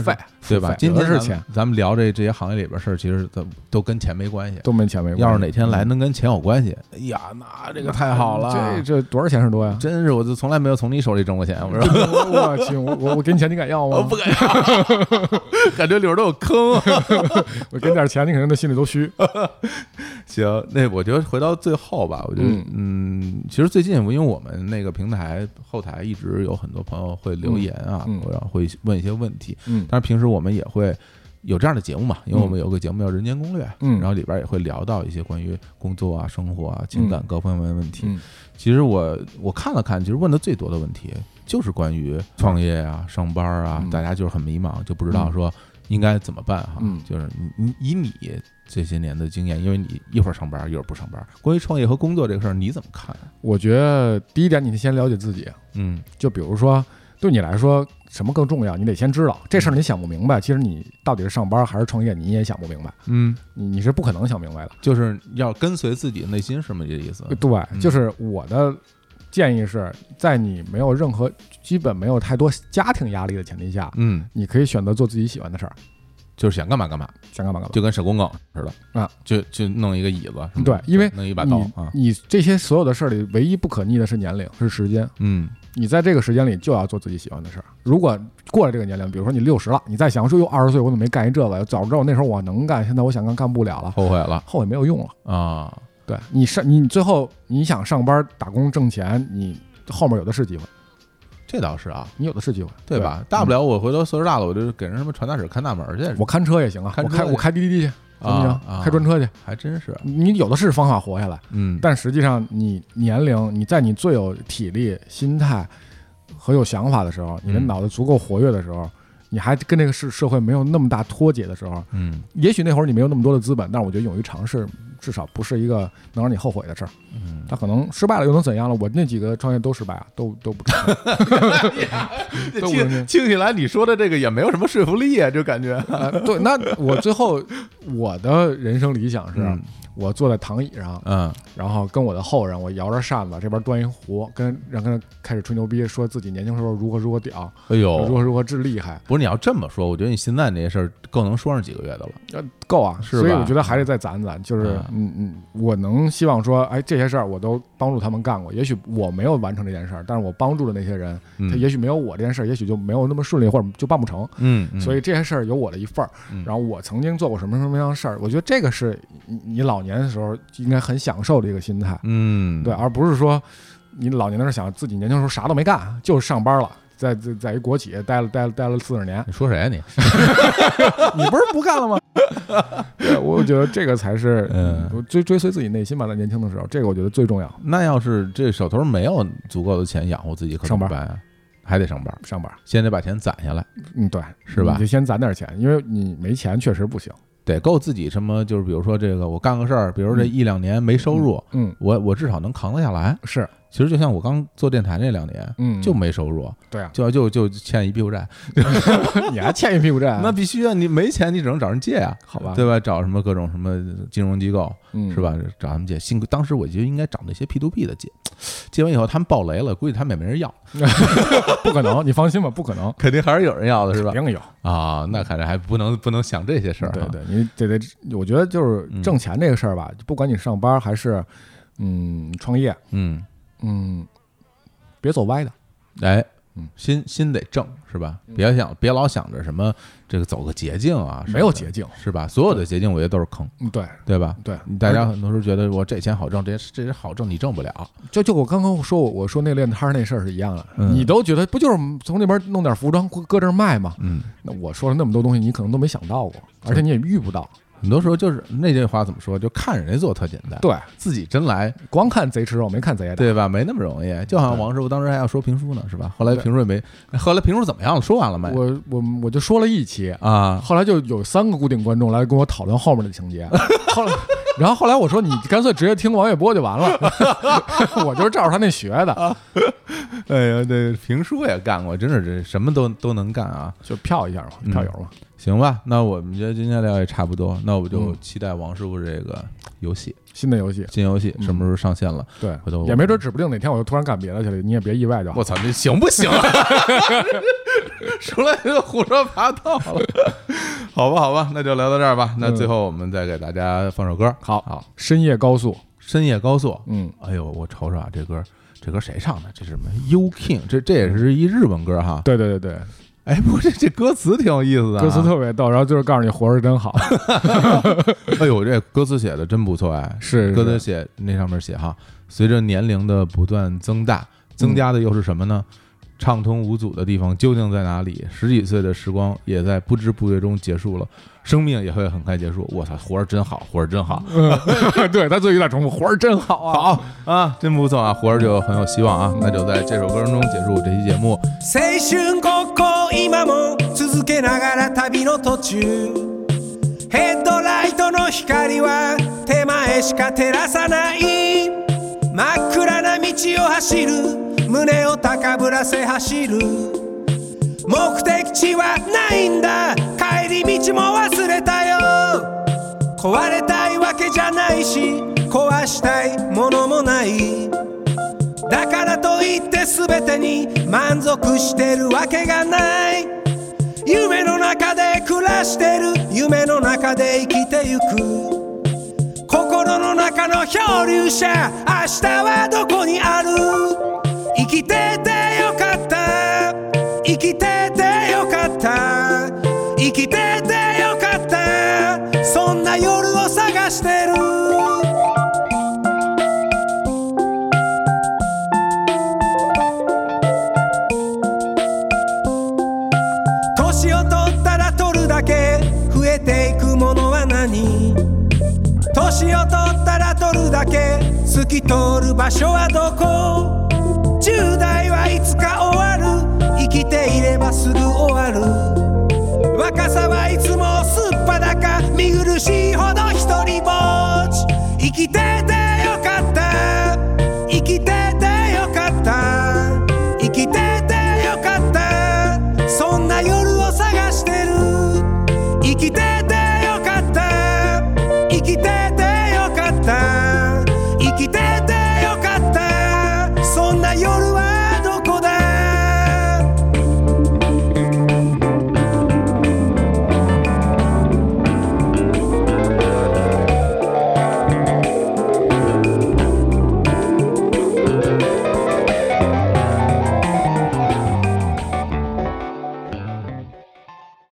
B: 吧
D: 付费？
B: 今天
D: 主
B: 咱
D: 要是
B: 们
D: 钱
B: 咱们聊这这些行业里边事儿，其实都都跟钱没关系。
D: 都没钱没关系。嗯
B: 要是哪天来能跟钱有关系，哎呀，那这个太好
D: 嗯这
B: 了，
D: 这多少钱是多呀？
B: 真是我就从来没有从你手里挣过钱，我说。
D: 我去，我我我给你钱，你敢
B: <laughs>
D: 要
B: 我
D: 吗
B: 不？敢要， <laughs> 感觉里边都有坑。 <laughs>
D: 我给你点钱，你可能都心里都虚。
B: 行，那我觉得回到最后吧，我觉得嗯，其实最近因为我们那个平台后台一直有很多朋友会留言啊，
D: 嗯嗯
B: 然后会问一些问题，
D: 嗯
B: 但是平时我们也会。有这样的节目嘛？因为我们有个节目叫《人间攻略》，
D: 嗯
B: 然后里边也会聊到一些关于工作啊、生活啊、情感
D: 嗯
B: 各方面的问题。
D: 嗯
B: 其实我我看了看，其实问的最多的问题就是关于创业啊、上班啊，
D: 嗯
B: 大家就是很迷茫，就不知道说应该怎么办哈。
D: 嗯
B: 就是你你以你这些年的经验，因为你一会儿上班一会儿不上班，关于创业和工作这个事儿你怎么看？
D: 我觉得第一点，你得先了解自己。
B: 嗯
D: 就比如说，对你来说什么更重要，你得先知道这事儿。你想不明白，其实你到底是上班还是创业，你也想不明白。
B: 嗯，
D: 你你是不可能想明白的。
B: 就是要跟随自己内心是吗？这意思？
D: 对，
B: 嗯
D: 就是我的建议是在你没有任何基本没有太多家庭压力的前提下，
B: 嗯，
D: 你可以选择做自己喜欢的事儿，
B: 就是想干嘛干嘛，
D: 想干嘛干嘛。
B: 就跟手工狗似的
D: 啊，
B: 就就弄一个椅子，
D: 对因为
B: 弄一把刀
D: 你
B: 啊，
D: 你这些所有的事儿里，唯一不可逆的是年龄，是时间。
B: 嗯
D: 你在这个时间里就要做自己喜欢的事儿。如果过了这个年龄，比如说你六十了，你再想说哟二十岁我怎么没干一这个呀？早知道我那时候我能干，现在我想干干不了了，
B: 后悔了
D: 后悔没有用了。
B: 啊，
D: 对你上你最后你想上班打工挣钱，你后面有的是机会。
B: 这倒是啊，
D: 你有的是机会，
B: 对吧？大不了我回头岁数大了，我就给人什么传达室看大门去，
D: 嗯我看车也行啊，
B: 呃看
D: 我
B: 车
D: 开
B: 也
D: 我开滴滴去，行不
B: 啊
D: 行？
B: 啊
D: 开专车去，
B: 还真是，
D: 你有的是方法活下来。
B: 嗯，
D: 但实际上，你年龄，你在你最有体力、心态和有想法的时候，你的
B: 嗯
D: 脑子足够活跃的时候，你还跟这个社社会没有那么大脱节的时候，
B: 嗯
D: 也许那会儿你没有那么多的资本，但是我觉得勇于尝试，至少不是一个能让你后悔的事儿。
B: 嗯，
D: 他可能失败了又能怎样了？我那几个创业都失败啊，都
B: <laughs>
D: 都不成功。都不
B: 听
D: 能
B: 听起来你说的这个也没有什么说服力啊，就感觉，
D: 呃对，那我最后我的人生理想是，
B: 嗯
D: 我坐在躺椅上，
B: 嗯
D: 然后跟我的后人，我摇着扇子，这边端一壶，跟让跟他开始吹牛逼，说自己年轻时候如何如何屌，
B: 哎
D: 如
B: 呦，
D: 何如何之厉害，
B: 不是你要这么说，我觉得你现在这些事儿够能说上几个月的了，
D: 呃，够啊！
B: 是吧
D: 所以我觉得还得再攒攒，就是嗯嗯，我能希望说，哎，这些事儿我都帮助他们干过，也许我没有完成这件事儿，但是我帮助的那些人，他
B: 嗯
D: 也许没有我这件事儿，也许就没有那么顺利，或者就办不成。
B: 嗯，嗯
D: 所以这些事儿有我的一份儿
B: 嗯，
D: 然后我曾经做过什么什么样的事儿，我觉得这个是你你老年的时候应该很享受的一个心态。
B: 嗯，，
D: 对，而啊不是说你老年的时候想自己年轻时候啥都没干，就是上班了。在在在一国企待了待了待了四十年
B: 你说谁啊你？
D: <laughs> 你不是不干了吗？ <laughs> 对，我觉得这个才是
B: 嗯
D: 我追追随自己内心吧，在年轻的时候，这个我觉得最重要。
B: 那要是这手头没有足够的钱养活自己，可怎
D: 上
B: 么
D: 班
B: 办啊？还得上班，
D: 上班，
B: 先得把钱攒下来，
D: 嗯，对，
B: 是吧
D: 你就先攒点钱，因为你没钱确实不行。
B: 得够自己什么，就是比如说这个我干个事儿，比如这
D: 嗯
B: 一两年没收入，
D: 嗯，
B: 我我至少能扛得下来。
D: 是，
B: 其实就像我刚做电台那两年，
D: 嗯，
B: 就没收入，
D: 对啊， <laughs>
B: 就就就欠一屁股债，
D: 你还欠一屁股债啊，
B: 那必须啊！你没钱，你只能找人借啊，
D: 好吧
B: 对吧？找什么各种什么金融机构
D: 嗯
B: 是？吧？找他们借。幸亏当时我就应该找那些 P to P 的借，借完以后他们爆雷了，估计他们也没人要，
D: <laughs> 不可能，你放心吧，不可能，
B: 肯定还是有人要的，
D: <laughs>
B: 是吧？
D: 肯定有。
B: 啊，那看来还不能不能想这些事儿，啊
D: 对，对，你得得，我觉得就是
B: 嗯
D: 挣钱这个事儿吧，不管你上班还是嗯创业，
B: 嗯，
D: 嗯，别走歪的。
B: 哎
D: 嗯。
B: 心心得正是吧？别想别老想着什么这个走个捷径啊，
D: 没有捷径
B: 是吧？所有的捷径我觉得都是坑，
D: 嗯，对
B: 对吧？
D: 对，
B: 大家
D: 而
B: 很多时候觉得我这钱好挣，这这些好挣，你挣不了。
D: 就就我刚刚说我我说那练摊儿那事儿是一样的，
B: 嗯
D: 你都觉得不就是从那边弄点服装搁搁这儿卖吗？
B: 嗯，
D: 那我说了那么多东西，你可能都没想到过，而且你也遇不到。
B: 很多时候就是那句话怎么说？就看人家做特简单，
D: 对，
B: 自己真来，
D: 光看贼吃肉，没看贼挨打。
B: 对吧？没那么容易。就好像王师傅当时还要说评书呢，是吧？后来
D: 对
B: 评书也没，后来评书怎么样了？说完了没？
D: 我我我就说了一期，
B: 啊，
D: 后来就有三个固定观众来跟我讨论后面的情节，后来，然后后来我说你干脆直接听王玥波就完了， <laughs> 我就是照着他那学
B: 啊
D: 的，
B: 哎呀，这评书也干过，真是这什么都都能干啊。
D: 就票一下嘛，
B: 嗯
D: 票友嘛，
B: 行吧，那我们觉得今天聊也差不多，那我就
D: 嗯
B: 期待王师傅这个游戏
D: 新的游戏，
B: 新游戏
D: 嗯
B: 什么时候上线了。
D: 对
B: 回头我，
D: 也没准指不定哪天我就突然干别的去了，你也别意外就好
B: 我。操，这行不行啊？ <laughs> 出来就胡说八道了，好吧，好吧，那就聊到这儿吧。那最后我们再给大家放首歌，
D: 嗯好
B: 好，
D: 深夜高速，
B: 深夜高速。
D: 嗯，
B: 哎呦，我瞅瞅啊，这歌这歌谁唱的？这是什么？U King，这这也是一日本歌哈。
D: 对对对对，
B: 哎，不过这这歌词挺有意思的、啊，
D: 歌词特别逗，然后就是告诉你活着真好， <laughs>
B: <laughs> 哎呦，这歌词写的真不错哎，
D: 是是
B: 歌词写那上面写哈，随着年龄的不断增大，
D: 嗯
B: 增加的又是什么呢？畅通无阻的地方究竟在哪里？十几岁的时光也在不知不觉中结束了，生命也会很快结束。我操，活着真好，活着真好，
D: 对他最后有点重复，活着真好啊。
B: 好啊，真不错啊，活着就很有希望啊。那就在这首歌中结束这期节目。
E: 青春高校今も続けながら旅の途中ヘッドライトの光は手前しか照らさない真っ暗な道を走る胸を高ぶらせ走る目的地はないんだ帰り道も忘れたよ壊れたいわけじゃないし壊したいものもないだからといって全てに満足してるわけがない夢の中で暮らしてる夢の中で生きてゆく心の中の漂流者明日はどこにある生きててよかった生きててよかった生きててよかったそんな夜を探してる年を取ったら取るだけ増えていくものは何年を取ったら取るだけ透き通る場所はどこ10代はいつか終わる生きていればすぐ終わる若さはいつもすっぱだか見苦しいほど一人ぼっち生きてて